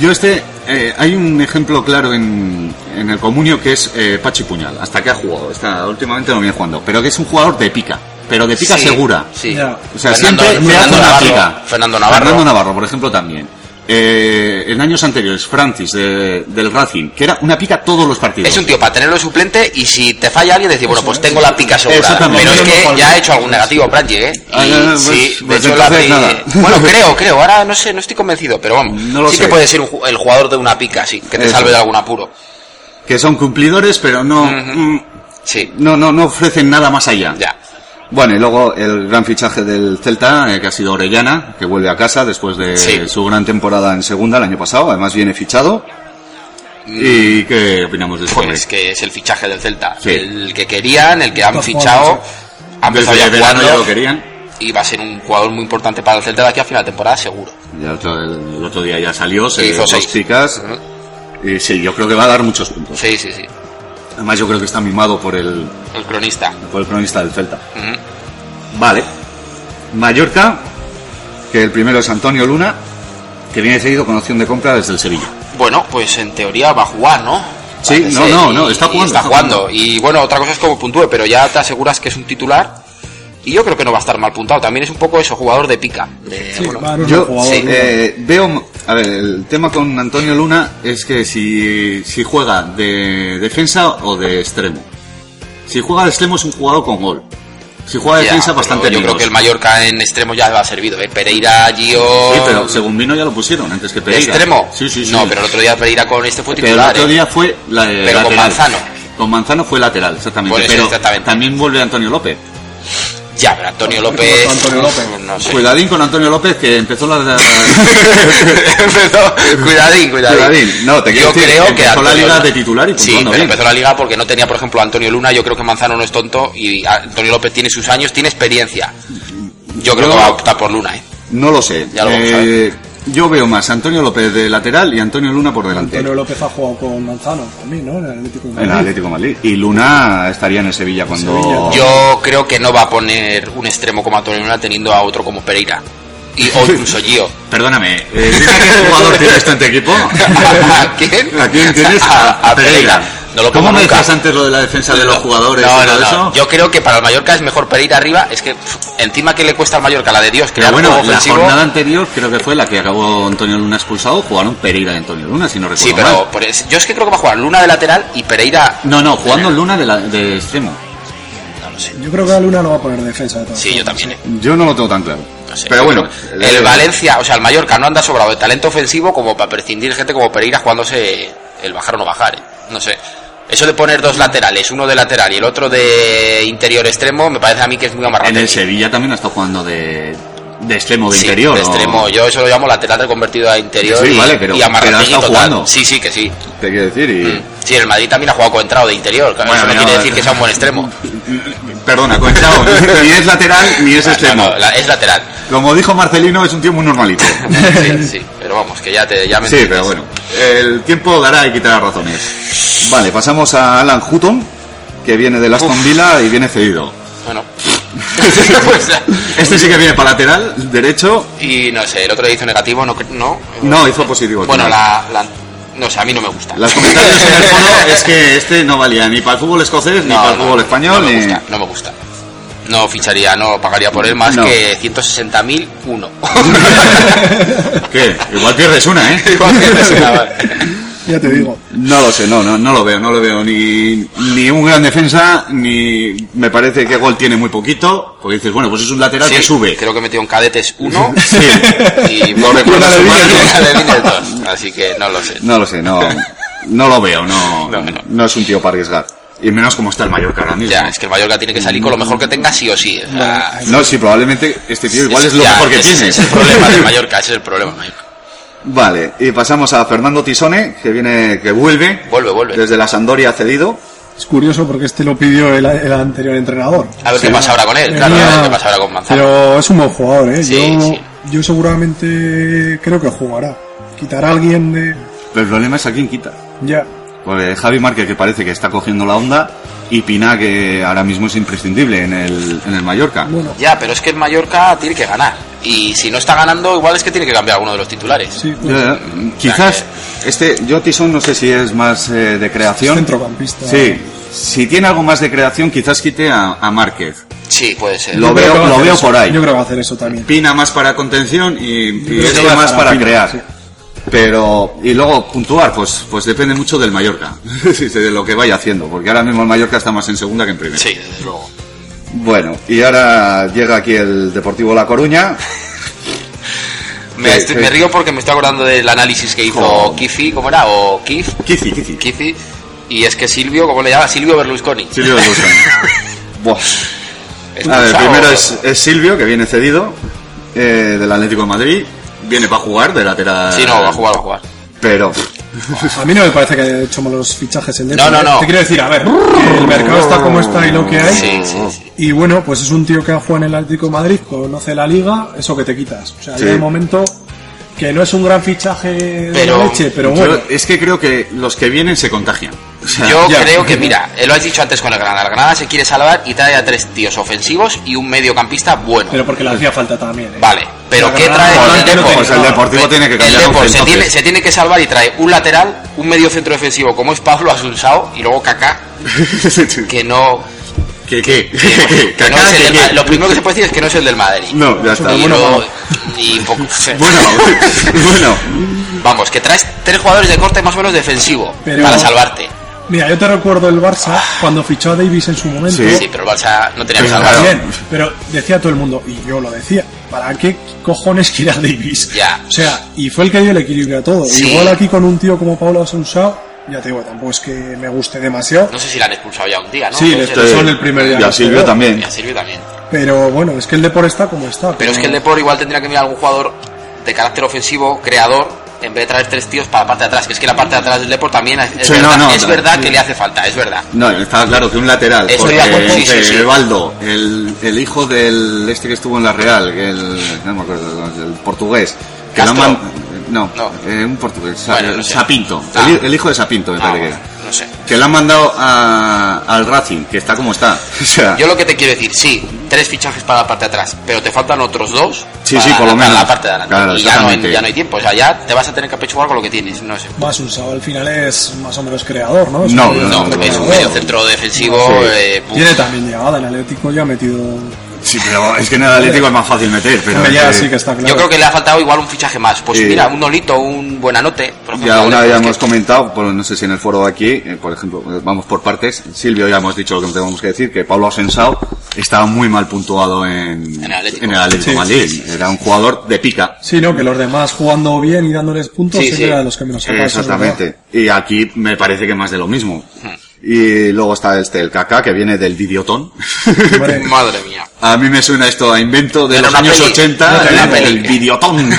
Yo este, eh, hay un ejemplo claro en, en el comunio que es eh, Pachi Puñal, hasta que ha jugado, está, últimamente no viene jugando, pero que es un jugador de pica, pero de pica Sí, segura. Sí. Ya. O sea, Fernando- siempre me hace Fernando una Navarro. pica. Fernando Navarro. Fernando Navarro, por ejemplo, también. Eh, en años anteriores, Francis de- del Racing, que era una pica todos los partidos. Es un tío para tenerlo de suplente y si te falla alguien decir, bueno, pues tengo la pica segura. Exactamente. Pero es Yo que no ya ha hecho algún negativo Pranjic, ¿eh? Ah, Y ya, pues, sí, de pues hecho la entonces pri- nada. Bueno, creo, creo. Ahora no sé, no estoy convencido, pero vamos. No lo sí sé. que puede ser un ju- el jugador de una pica, sí, que te Eso. salve de algún apuro. Que son cumplidores, pero no, mm, Sí, no, no, no ofrecen nada más allá. ya. Bueno, y luego el gran fichaje del Celta, eh, que ha sido Orellana, que vuelve a casa después de Sí. su gran temporada en segunda el año pasado, además viene fichado. ¿Y qué opinamos de este Pues es que es el fichaje del Celta. Sí. Pues, El que querían, el que han Está fichado, jugando, ha empezado Desde ya verano ya jugando lo querían. y va a ser un jugador muy importante para el Celta de aquí a final de temporada, seguro. Y el otro, el, el otro día ya salió, se hizo dos seis. picas. Y sí, yo creo que va a dar muchos puntos. Sí, sí, sí. Además, yo creo que está mimado por el, El cronista. por el cronista del Celta. Ujú. Vale. Mallorca, que el primero es Antonio Luna, que viene seguido con opción de compra desde el Sevilla. Bueno, pues en teoría va a jugar, ¿no? Sí, Parece, no, no, y- no, está y jugando, Está está jugando. jugando. Y bueno, otra cosa es como puntúe, pero ya te aseguras que es un titular. Y yo creo que no va a estar mal puntado. También es un poco eso, jugador de pica. De, Sí, bueno, va a dar un Yo jugador, sí, ¿no? eh, veo, a ver, el tema con Antonio Luna es que si, si juega de defensa o de extremo. Si juega de extremo es un jugador con gol. Si juega de ya, defensa pero bastante Yo creo menos. que el Mallorca en extremo ya va servido. ¿eh? Pereira, Gio. Sí, pero según vino ya lo pusieron antes que ¿De Pereira. extremo? Sí, sí, sí. No, pero el otro día Pereira con este fue Que el titular. otro ¿eh? día fue la, Pero con lateral. Manzano. Con Manzano fue lateral, exactamente. Por eso, pero exactamente. también vuelve Antonio López. Ya, pero Antonio Porque no López. está Antonio López. uf, No sé. Cuidadín con Antonio López que empezó la... Empezó- cuidadín, cuidadín. Cuidadín. No, te quiero yo decir, creo que empezó la Antonio- liga de titular y Sí, puntuando pero bien. empezó la liga porque no tenía, por ejemplo, a Antonio Luna. Yo creo que Manzano no es tonto y Antonio López tiene sus años, tiene experiencia. Yo creo Yo- que va a optar por Luna, ¿eh? No lo sé. Ya lo vamos a ver. Eh, yo veo más a Antonio López de lateral y a Antonio Luna por delante. Antonio López ha jugado con Manzano también, ¿no? En el Atlético de En el Madrid. Atlético de Madrid. Y Luna estaría en el Sevilla cuando... Sevilla. Yo creo que no va a poner un extremo como Antonio Luna teniendo a otro como Pereira. Y, o incluso Gio. Perdóname, eh, dime a qué jugador tienes tú en tu equipo. este ¿A quién? ¿A quién tienes? A, a Pereira. No lo pongo ¿Cómo me nunca. decías antes lo de la defensa de los jugadores No, y no, todo no. eso? Yo creo que para el Mallorca es mejor Pereira arriba. Es que pff, encima que le cuesta al Mallorca la de Dios, que Pero bueno, la ofensivo. jornada anterior creo que fue la que acabó Antonio Luna expulsado, jugaron Pereira y Antonio Luna, si no recuerdo Sí, pero mal. por es- yo es que creo que va a jugar Luna de lateral y Pereira. No, no, jugando Luna de, la- de extremo. Yo creo que la Luna no va a poner defensa de todo. Sí, yo también. eh. Yo no lo tengo tan claro. No sé. Pero bueno, el eh, Valencia, o sea, el Mallorca no anda sobrado de talento ofensivo como para prescindir gente como Pereira jugándose el bajar o no bajar. eh. No sé. Eso de poner dos laterales, uno de lateral y el otro de interior extremo, me parece a mí que es muy amarrante. En el Sevilla también ha estado jugando de, de extremo, de Sí, interior. de ¿no? extremo. Yo eso lo llamo lateral reconvertido a interior Sí, y, vale, pero- y amarrategui pero ha estado total. jugando. Sí, sí, que sí. Te quiero decir, y. Sí, el Madrid también ha jugado Coentrao de interior. claro, Bueno, eso no no, eh, quiere no, decir que sea un buen extremo. Perdona, Coentrao, ni es lateral ni es Ah, No, extremo. no, la- es lateral. Como dijo Marcelino, es un tío muy normalito. Sí, sí, pero vamos, que ya te ya me Sí, entiendes. pero bueno. El tiempo dará y quitará razones. Vale, pasamos a Alan Hutton, que viene del Aston Villa y viene cedido. Bueno. Pues, Este sí que viene para lateral, derecho. Y no sé, el otro día hizo negativo, no. cre- no No, hizo positivo. al bueno, final. la, la- No sé, a mí no me gusta. Las comentarios en el foro es que este no valía ni para el fútbol escocés, ni No, para el no, fútbol español, no me ni... gusta, no me gusta. No ficharía, no pagaría por él más No. que 160.000 uno. ¿Qué? Igual pierdes una, ¿eh? Igual pierdes una, vale. Ya te Mm. digo. No lo sé, no, no, no lo veo, no lo veo. Ni, ni un gran defensa, ni me parece que gol tiene muy poquito, porque dices, bueno, pues es un lateral Sí, que sube. Creo que metió en cadetes uno y No recuerdo una de su Vines, marca. una de Vines dos. Así que no lo sé. No lo sé, no, no lo veo, no, no, es un tío para arriesgar. Y menos como está el Mallorca ahora mismo. Ya, es que el Mallorca tiene que salir con lo mejor que tenga sí o sí. O sea, No, sí, probablelemente este tío igual es lo ya, mejor que ese tiene. Es el problema del Mallorca, ese es el problema. Vale, y pasamos a Fernando Tisone, que viene, que vuelve. Vuelve, vuelve. Desde la Sandoria cedido. Es curioso porque este lo pidió el, el anterior entrenador. A ver qué pasa ahora con él, claro, a ver qué pasa ahora con Manzano. Pero es un buen jugador, ¿eh? Sí, yo, yo seguramente creo que jugará. Quitará a alguien de... Pero el problema es a quién quita. Ya. Pues Javi Márquez, que parece que está cogiendo la onda, y Pina, que ahora mismo es imprescindible en el, en el Mallorca. Ya, pero es que el Mallorca tiene que ganar. Y si no está ganando, igual es que tiene que cambiar alguno de los titulares. pues. Ya, Quizás este, yo Tison no sé si es más eh, de creación. Centrocampista. Sí, si tiene algo más de creación, quizás quite a, a Márquez. Sí, puede ser. Lo Yo creo veo- que va a lo hacer veo eso. por ahí. Yo creo que va a hacer eso también. Pina más para contención y, y creo este que va más para para Pina, crear. sí. Pero, y luego puntuar, pues, pues depende mucho del Mallorca, de lo que vaya haciendo, porque ahora mismo el Mallorca está más en segunda que en primera. Sí, desde luego. Bueno, y ahora llega aquí el Deportivo La Coruña. Me, Sí, estoy- sí. me río porque me estoy acordando del análisis que hizo Joder. Kifi, ¿cómo era? O Kif, Kizi, Kizi. Kifi. Y es que Silvio, ¿cómo le llama? Silvio Berlusconi. Silvio de Luzón. Buah. A ver, Expulsado. primero es, es Silvio, que viene cedido eh, del Atlético de Madrid. Viene para jugar de lateral. Sí, no, va a jugar, va a jugar. Pero Pues A mí no me parece que haya hecho malos fichajes el No, no, no. Te quiero decir, a ver, que el mercado está como está y lo que ¿Eh? hay. Sí, sí, sí. Y bueno, pues es un tío que ha jugado en el Atlético de Madrid, conoce la liga, eso que te quitas. O sea, Sí. ya de momento que no es un gran fichaje de Pero- leche, pero yo- bueno. es que creo que los que vienen se contagian. O sea, Yo Oh, ya. creo que, mira, eh, lo has dicho antes con el Granada. El Granada se quiere salvar y trae a tres tíos ofensivos y un mediocampista bueno. Pero porque le hacía falta también. ¿eh? Vale, pero La ¿qué Granada trae Ah, el volante no Depor? tenía Pues el nada. Deportivo tiene que El cambiar. Depor se entonces. tiene, se tiene que salvar y trae un lateral, un medio centro defensivo como es Pablo Asunsao y luego Kaká, que no... ¿Qué, qué? que ¿Qué no acá, es el qué, del qué? Ma- Lo primero que se puede decir es que no es el del Madrid. No, ya está. Y Bueno, luego- vamos. y un poco- bueno, bueno. Vamos, que traes tres jugadores de corte más o menos defensivo Pero- para salvarte. Mira, yo te recuerdo el Barça cuando fichó a Davis en su momento. ¿Eh? Sí, pero el Barça no tenía que Pero salvarlo. también, pero decía todo el mundo, y yo lo decía, ¿para qué cojones quiere a Davis? Ya. O sea, y fue el que dio el equilibrio a todo. Sí. Igual aquí con un tío como Pablo Asensio, ya te digo, tampoco es que me guste demasiado, No sé si la han expulsado ya un día, ¿no? Sí, No le sé. expulsaron el primer día. Y a Silvio también. Y a Silvio también. pero bueno, es que el Depor está como está. Pero es Mm. que el Depor igual tendría que mirar a algún jugador de carácter ofensivo, creador, en vez de traer tres tíos para la parte de atrás. Que es que la parte de atrás del Depor también es, es Sí, verdad, no, no, es no. verdad que le hace falta, es verdad. No, estaba claro que un lateral. Eso porque iba a contar. Sí, sí, sí. el Baldo, el, el hijo del este que estuvo en la Real, que el, no me acuerdo, el portugués. Que lo Castro. man- no, eh, un portugués, Sa- Bueno, no sé. Sapinto. Ah. El, hi- el hijo de Sapinto, me Ah, parece que bueno, era. no sé. Que la han mandado a, al Racing, que está como está. O sea, Yo lo que te quiero decir, sí, tres fichajes para la parte de atrás, pero te faltan otros dos. Sí, para sí, por la- lo para menos. la parte de adelante. Claro, y ya no, hay, exactamente. ya no hay tiempo, o sea, ya te vas a tener que apechugar con lo que tienes, no sé. Más usado al final es más o menos creador, ¿no? Es No, un- No, es un medio centro defensivo. Sí. eh, pu- Tiene también llegada en Atlético, ya ha metido. sí, pero es que en el Atlético es más fácil meter, pero. Hombre, ya eh, sí que está claro. Yo creo que le ha faltado igual un fichaje más. Pues Sí. mira, un Nolito, un Buenanote. por ejemplo, Ya una es vez ya que- hemos comentado, por- no sé si en el foro de aquí, eh, por ejemplo, eh, vamos por partes. Silvio ya hemos dicho lo que tenemos que decir, que Pablo Asensao estaba muy mal puntuado en, el Atlético. en el Atlético Sí. Madrid. Era un jugador de pica. Sí, ¿no? Que los demás jugando bien y dándoles puntos Sí, sí, sí. era de los que menos se pasa, es verdad. Exactamente. Y aquí me parece que más de lo mismo. Hmm. Y luego está este, el Kaká, que viene del Videotón. Hombre, Madre mía. A mí me suena esto a invento de Era los una años peli. 80, Era una el, peli. el Videotón. no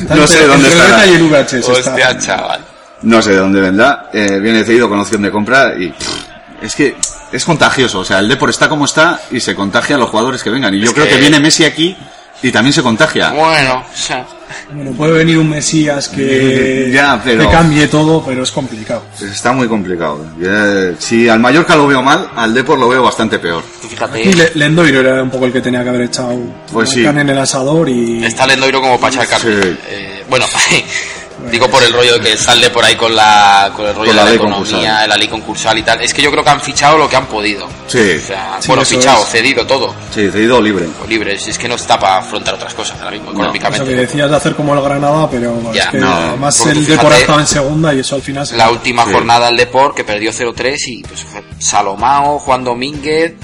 Entre- sé dónde entre estará. beta y el VHS está. Hostia, chaval. No sé de dónde vendrá. eh, viene cedido con opción de compra y pff, es que es contagioso. O sea, el Depor está como está y se contagia a los jugadores que vengan. Y yo Es creo que... que- viene Messi aquí y también se contagia. Bueno, o sea, Bueno, puede venir un Mesías que, Ya, pero- que cambie todo, pero es complicado. Está muy complicado. Eh, si al Mallorca lo veo mal, al Depor lo veo bastante peor. tú Y fíjate. Le- Lendoiro era un poco el que tenía que haber echado Pues la sí. carne en el asador y. Está Lendoiro como para echar carne. Sí. Eh, bueno, digo por el rollo que sale por ahí con la con el rollo Con la de la ley economía, concursal. la ley concursal y tal. Es que yo creo que han fichado lo que han podido. Sí. O sea, Sí, bueno, eso fichado, es. cedido todo. Sí, cedido o libre. o Libre, si es que no está para afrontar otras cosas ahora mismo, Eso que económicamente. decías de hacer como el Granada, pero Ya, es que no, además porque el fíjate- Depor estaba en segunda y eso al final se. la última Sí. jornada del Deport que perdió 0-3 y pues Salomao, Juan Domínguez,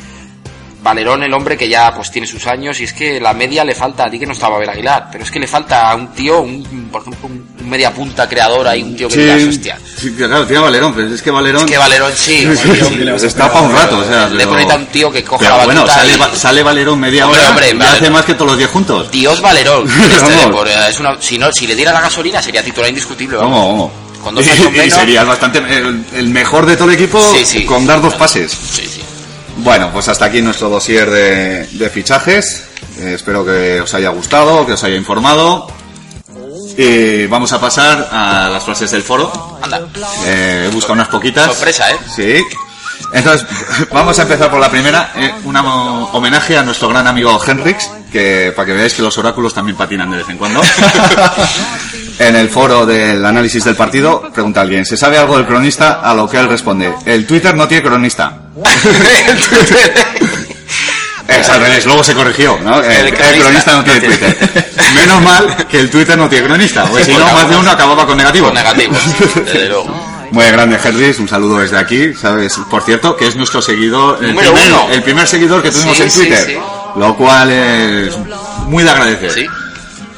Valerón el hombre que ya pues tiene sus años y es que la media le falta, a ti que no estaba Abel Aguilar, pero es que le falta a un tío, un, por ejemplo, un un media punta creador ahí, un tío que digas, hostia. sí, que claro, tiene a Valerón, pero es que Valerón Es que Valerón sí, Valerón, sí, le vas a está esperar. para un rato. O sea, Le pero- conecta un tío que coja pero la bueno, batuta sale, y- Va- sale Valerón media Hombre, hora hombre, y Valerón. hace más que todos los 10 juntos. Dios Valerón, este Vamos. Depor, eh, es una, si, no, si le diera la gasolina sería titular indiscutible. vamos. Vamos, vamos. Con dos años Y- y menos. sería bastante el, el mejor de todo el equipo Sí, sí. con dar dos pases. Sí, sí. Bueno, pues hasta aquí nuestro dossier de, de fichajes. Eh, espero que os haya gustado, que os haya informado. Y vamos a pasar a las frases del foro. Anda, Eh, he buscado unas poquitas. sorpresa, ¿eh? Sí. Entonces, vamos a empezar por la primera. eh, un amo- homenaje a nuestro gran amigo Henrix, que para que veáis que los oráculos también patinan de vez en cuando. en el foro del análisis del partido, pregunta alguien, ¿se sabe algo del cronista? A lo que él responde, el Twitter no tiene cronista. Es al revés, luego se corrigió, ¿no? El, el cronista, no tiene Twitter. Menos mal que el Twitter no tiene cronista, porque si no, más de uno acababa con negativo. Con negativos, desde luego. Muy grande, Herdis, un saludo desde aquí, ¿sabes? Por cierto, que es nuestro seguidor, el, Número primero, uno. el primer seguidor que tuvimos Sí, en sí, Twitter, sí. lo cual es muy de agradecer. Sí.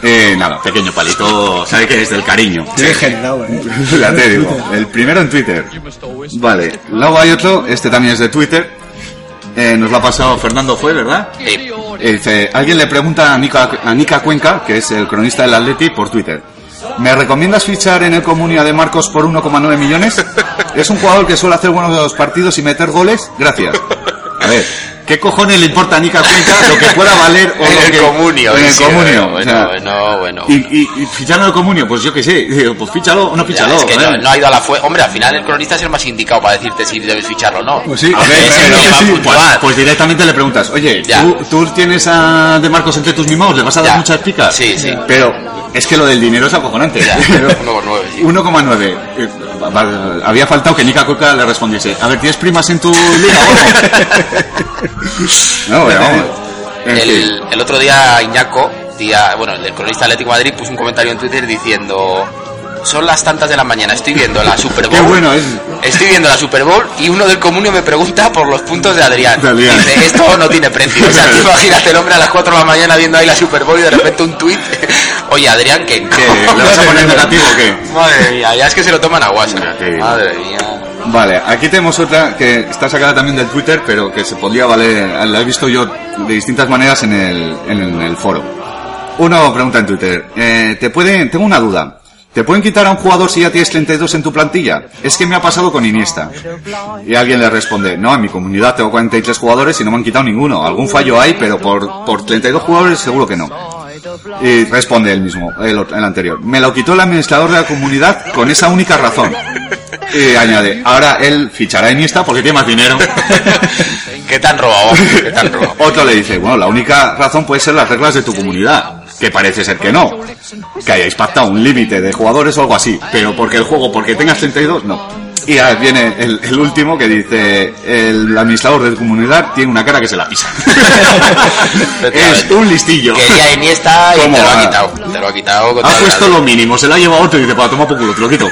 Eh, nada, pequeño palito, sabe que es del cariño. Qué degenerado, eh. Ya te digo, el primero en Twitter. Vale, luego hay otro, este también es de Twitter. Eh, nos lo ha pasado Fernando Fue, ¿verdad? Eh, Eh, dice, alguien le pregunta a Nica, a Nica Cuenca, que es el cronista del Atleti, por Twitter. ¿Me recomiendas fichar en el Comunia de Marcos por 1,9 millones? Es un jugador que suele hacer buenos partidos y meter goles. Gracias. A ver, ¿qué cojones le importa a Nica Cuenca lo que pueda valer o lo en que- el comunio. En el sí, eh, Comunio. o Bueno, sea, bueno, bueno. y, y, y ficharlo en el comunio, pues yo qué sé, digo, pues fíchalo o no Ya, fíchalo. es que no, joder. no ha ido a la fue. Hombre, al final el cronista es el más indicado para decirte si debes ficharlo o no. Pues sí. A ver, Es el pero- que va a pues, puntuar. pues directamente le preguntas, oye, Ya. ¿tú, tú tienes a De Marcos entre tus mimados, le vas a dar Ya. muchas picas. Sí, sí. Pero es que lo del dinero es acojonante. Ya, 1,9, sí. 1,9. Eh, va- va- Había faltado que Nica Coca le respondiese, a ver, ¿tienes primas en tu liga o no? no, pero vamos. En fin. el, el otro día Iñaco, día, bueno, el del cronista Atlético de Madrid puso un comentario en Twitter diciendo son las tantas de la mañana, estoy viendo la Super Bowl. Qué bueno eh. es. Estoy viendo la Super Bowl y uno del comunio me pregunta por los puntos de Adrián. De Adrián. Dice, esto no tiene precio. O sea, tú imagínate el hombre a las 4 de la mañana viendo ahí la Super Bowl y de repente un tuit. Oye, Adrián, que ¿Qué? ¿Le vas a poner negativo o qué? Madre mía, ya es que se lo toman a guasa. Mira, te digo. Madre mía. Vale, aquí tenemos otra que está sacada también del Twitter, pero que se podría valer, la he visto yo de distintas maneras en el, en el foro. Uno pregunta en Twitter, eh, te pueden, tengo una duda, ¿te pueden quitar a un jugador si ya tienes 32 en tu plantilla? Es que me ha pasado con Iniesta. Y alguien le responde, no, en mi comunidad tengo 43 jugadores y no me han quitado ninguno, algún fallo hay, pero por, por 32 jugadores seguro que no. Y responde el mismo, el, ot- el anterior, me lo quitó el administrador de la comunidad con esa única razón. Y añade, ahora él fichará a Iniesta porque tiene más dinero. ¿Qué tan robado? ¿Qué tan robado? Otro le dice, bueno, la única razón puede ser las reglas de tu comunidad, que parece ser que no. Que hayáis pactado un límite de jugadores o algo así, pero porque el juego, porque tengas 32, no. Y ahora viene el, el último que dice, el administrador de tu comunidad tiene una cara que se la pisa. es un listillo. Quería Iniesta y te lo ha quitado. Te lo ha quitado. con Ha toda la puesto lo mínimo, se lo ha llevado otro y dice, para, toma por culo, te lo quito.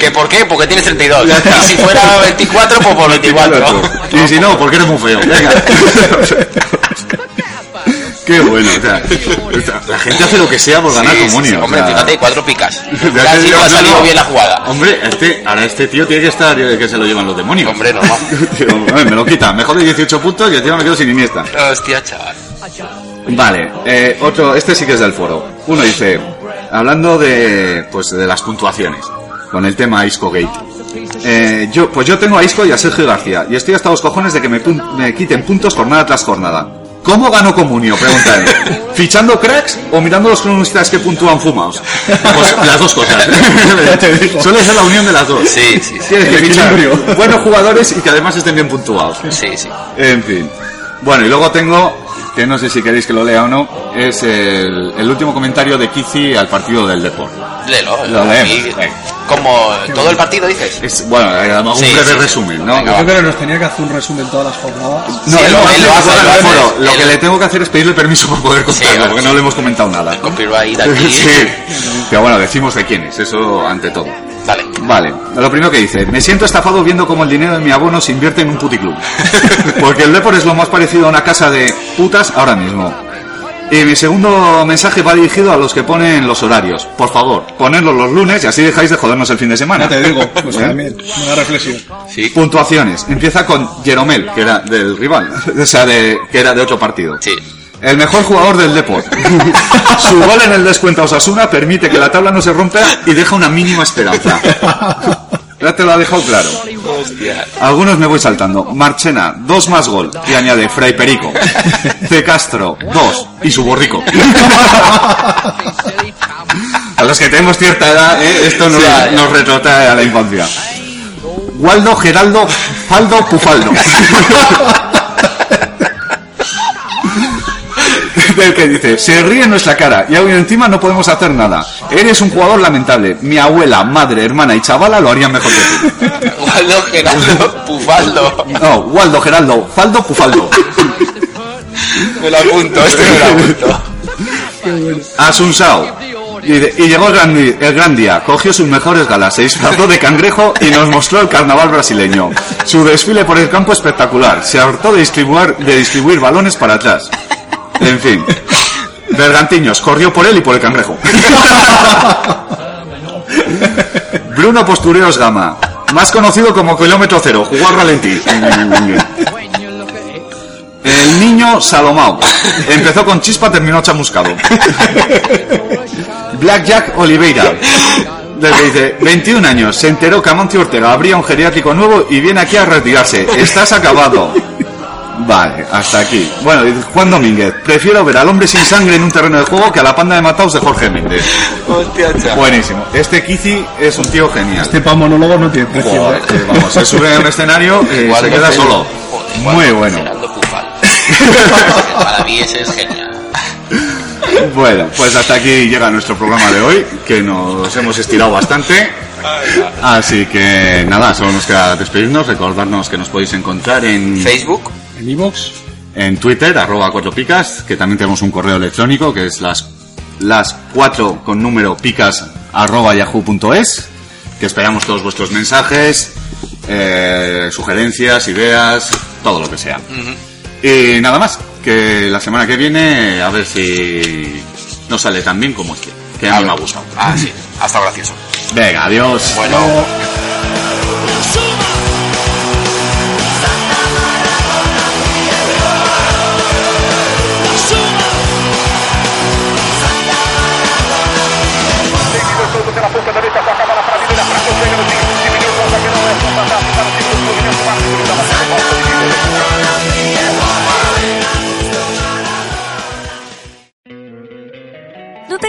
¿Que por qué? Porque tienes 32. Ya está. Y si fuera 24, pues por 24. Y si no, porque eres muy feo. Venga. Qué bueno, o sea, o sea, la gente hace lo que sea por ganar Sí, sí, comunio. sí, o hombre, sea. fíjate, cuatro picas. Ya Ya te si digo, no ha no, salido no. bien la jugada. Hombre, este, ahora este tío tiene que estar eh, que se lo llevan los demonios. Hombre, normal. Tío, hombre, me lo quita, me jode 18 puntos y encima me quedo sin Iniesta. Hostia, chaval. Vale, eh, otro, este sí que es del foro. Uno dice, hablando de, pues, de las puntuaciones, con el tema Isco Gate. Eh, yo, pues yo tengo a Isco y a Sergio García, y estoy hasta los cojones de que me, pun- me quiten puntos jornada tras jornada. ¿Cómo gano comunio? Pregunta él. ¿Fichando cracks o mirando los cronistas que puntúan fumados? Pues las dos cosas. Suele ser la unión de las dos. Sí, sí, sí. Tienes que El fichar equilibrio. buenos jugadores y que además estén bien puntuados. Sí, sí. En fin. Bueno, y luego tengo, que no sé si queréis que lo lea o no, es el, el último comentario de Kizi al partido del deporte. Léelo. Lo leemos, Y- venga. Como todo el partido, dices. bueno, eh, hago un Sí, breve sí. resumen, ¿no? Venga, va. Yo creo que nos tenía que hacer un resumen todas las jornadas. No, Sí, él lo- lo, él hace, lo lo hace hace, lo en el hace. foro. Lo que le tengo que hacer es pedirle permiso para poder contarlo, claro, porque no le hemos comentado nada. Copyright de aquí. Sí, pero bueno, decimos de quién es, eso ante todo. Vale. Vale, lo primero que dice, me siento estafado viendo cómo el dinero de mi abono se invierte en un puticlub. Porque el Depor es lo más parecido a una casa de putas ahora mismo. Y mi segundo mensaje va dirigido a los que ponen los horarios. Por favor, ponedlos los lunes y así dejáis de jodernos el fin de semana. Ya te digo, pues ¿Eh? también, una reflexión. Puntuaciones. Empieza con Jeromel, que era del rival, o sea, de, que era de otro partido. El mejor jugador del Depor. Su gol en el descuento a Osasuna permite que la tabla no se rompa y deja una mínima esperanza. Ya te lo ha dejado claro. Hostia. Algunos me voy saltando. Marchena, dos más gol. Y añade Fray Perico. C. Castro, dos. Y su borrico. A los que tenemos cierta edad, ¿eh? esto nos, nos retrotrae a la infancia. Waldo, Geraldo, Faldo, Pufaldo. Del que dice, se ríe en nuestra cara y aún encima no podemos hacer nada. Eres un jugador lamentable. Mi abuela, madre, hermana y chavala lo harían mejor que tú. Waldo Geraldo Pufaldo. No, Waldo, Geraldo, Faldo, Pufaldo. Me lo apunto, este me lo apunto. Asun Sao. Y, de- y llegó el gran, di- el gran día, cogió sus mejores galas, se disfrazó de cangrejo y nos mostró el carnaval brasileño. Su desfile por el campo espectacular, se hartó de distribuir, de distribuir balones para atrás. En fin, Bergantiños corrió por él y por el cangrejo. Bruno Postureos Gama, más conocido como Kilómetro Cero, jugó a ralentí. El niño Salomao. Empezó con chispa, terminó chamuscado. Blackjack Oliveira. Del que dice, 21 años, se enteró que Amancio Ortega habría un geriátrico nuevo y viene aquí a retirarse. Estás acabado. Vale, hasta aquí. Bueno, dice Juan Domínguez, prefiero ver al hombre sin sangre en un terreno de juego que a la panda de mataos de Jorge Méndez. Hostia, chaval. Buenísimo. Este Kizi es un tío genial. Este pa' monólogo no tiene precio. Joder, ¿eh? que vamos, se sube a un escenario y se Waldo queda Geraldo- solo. Joder, Muy Waldo bueno. Geraldo Pufaldo. Para mí ese es genial. Bueno, pues hasta aquí llega nuestro programa de hoy, que nos hemos estirado bastante. Así que nada, solo nos queda despedirnos, recordarnos que nos podéis encontrar en Facebook, En iVoox, en Twitter, arroba cuatro picas, que también tenemos un correo electrónico que es las las cuatro con número picas arroba yahoo.es, que esperamos todos vuestros mensajes, eh, sugerencias, ideas, todo lo que sea. Y nada más, que la semana que viene a ver si nos sale tan bien como este, que a mí me ha gustado. Ah, sí. Ha estado gracioso. Venga, adiós. Bueno. ¿No te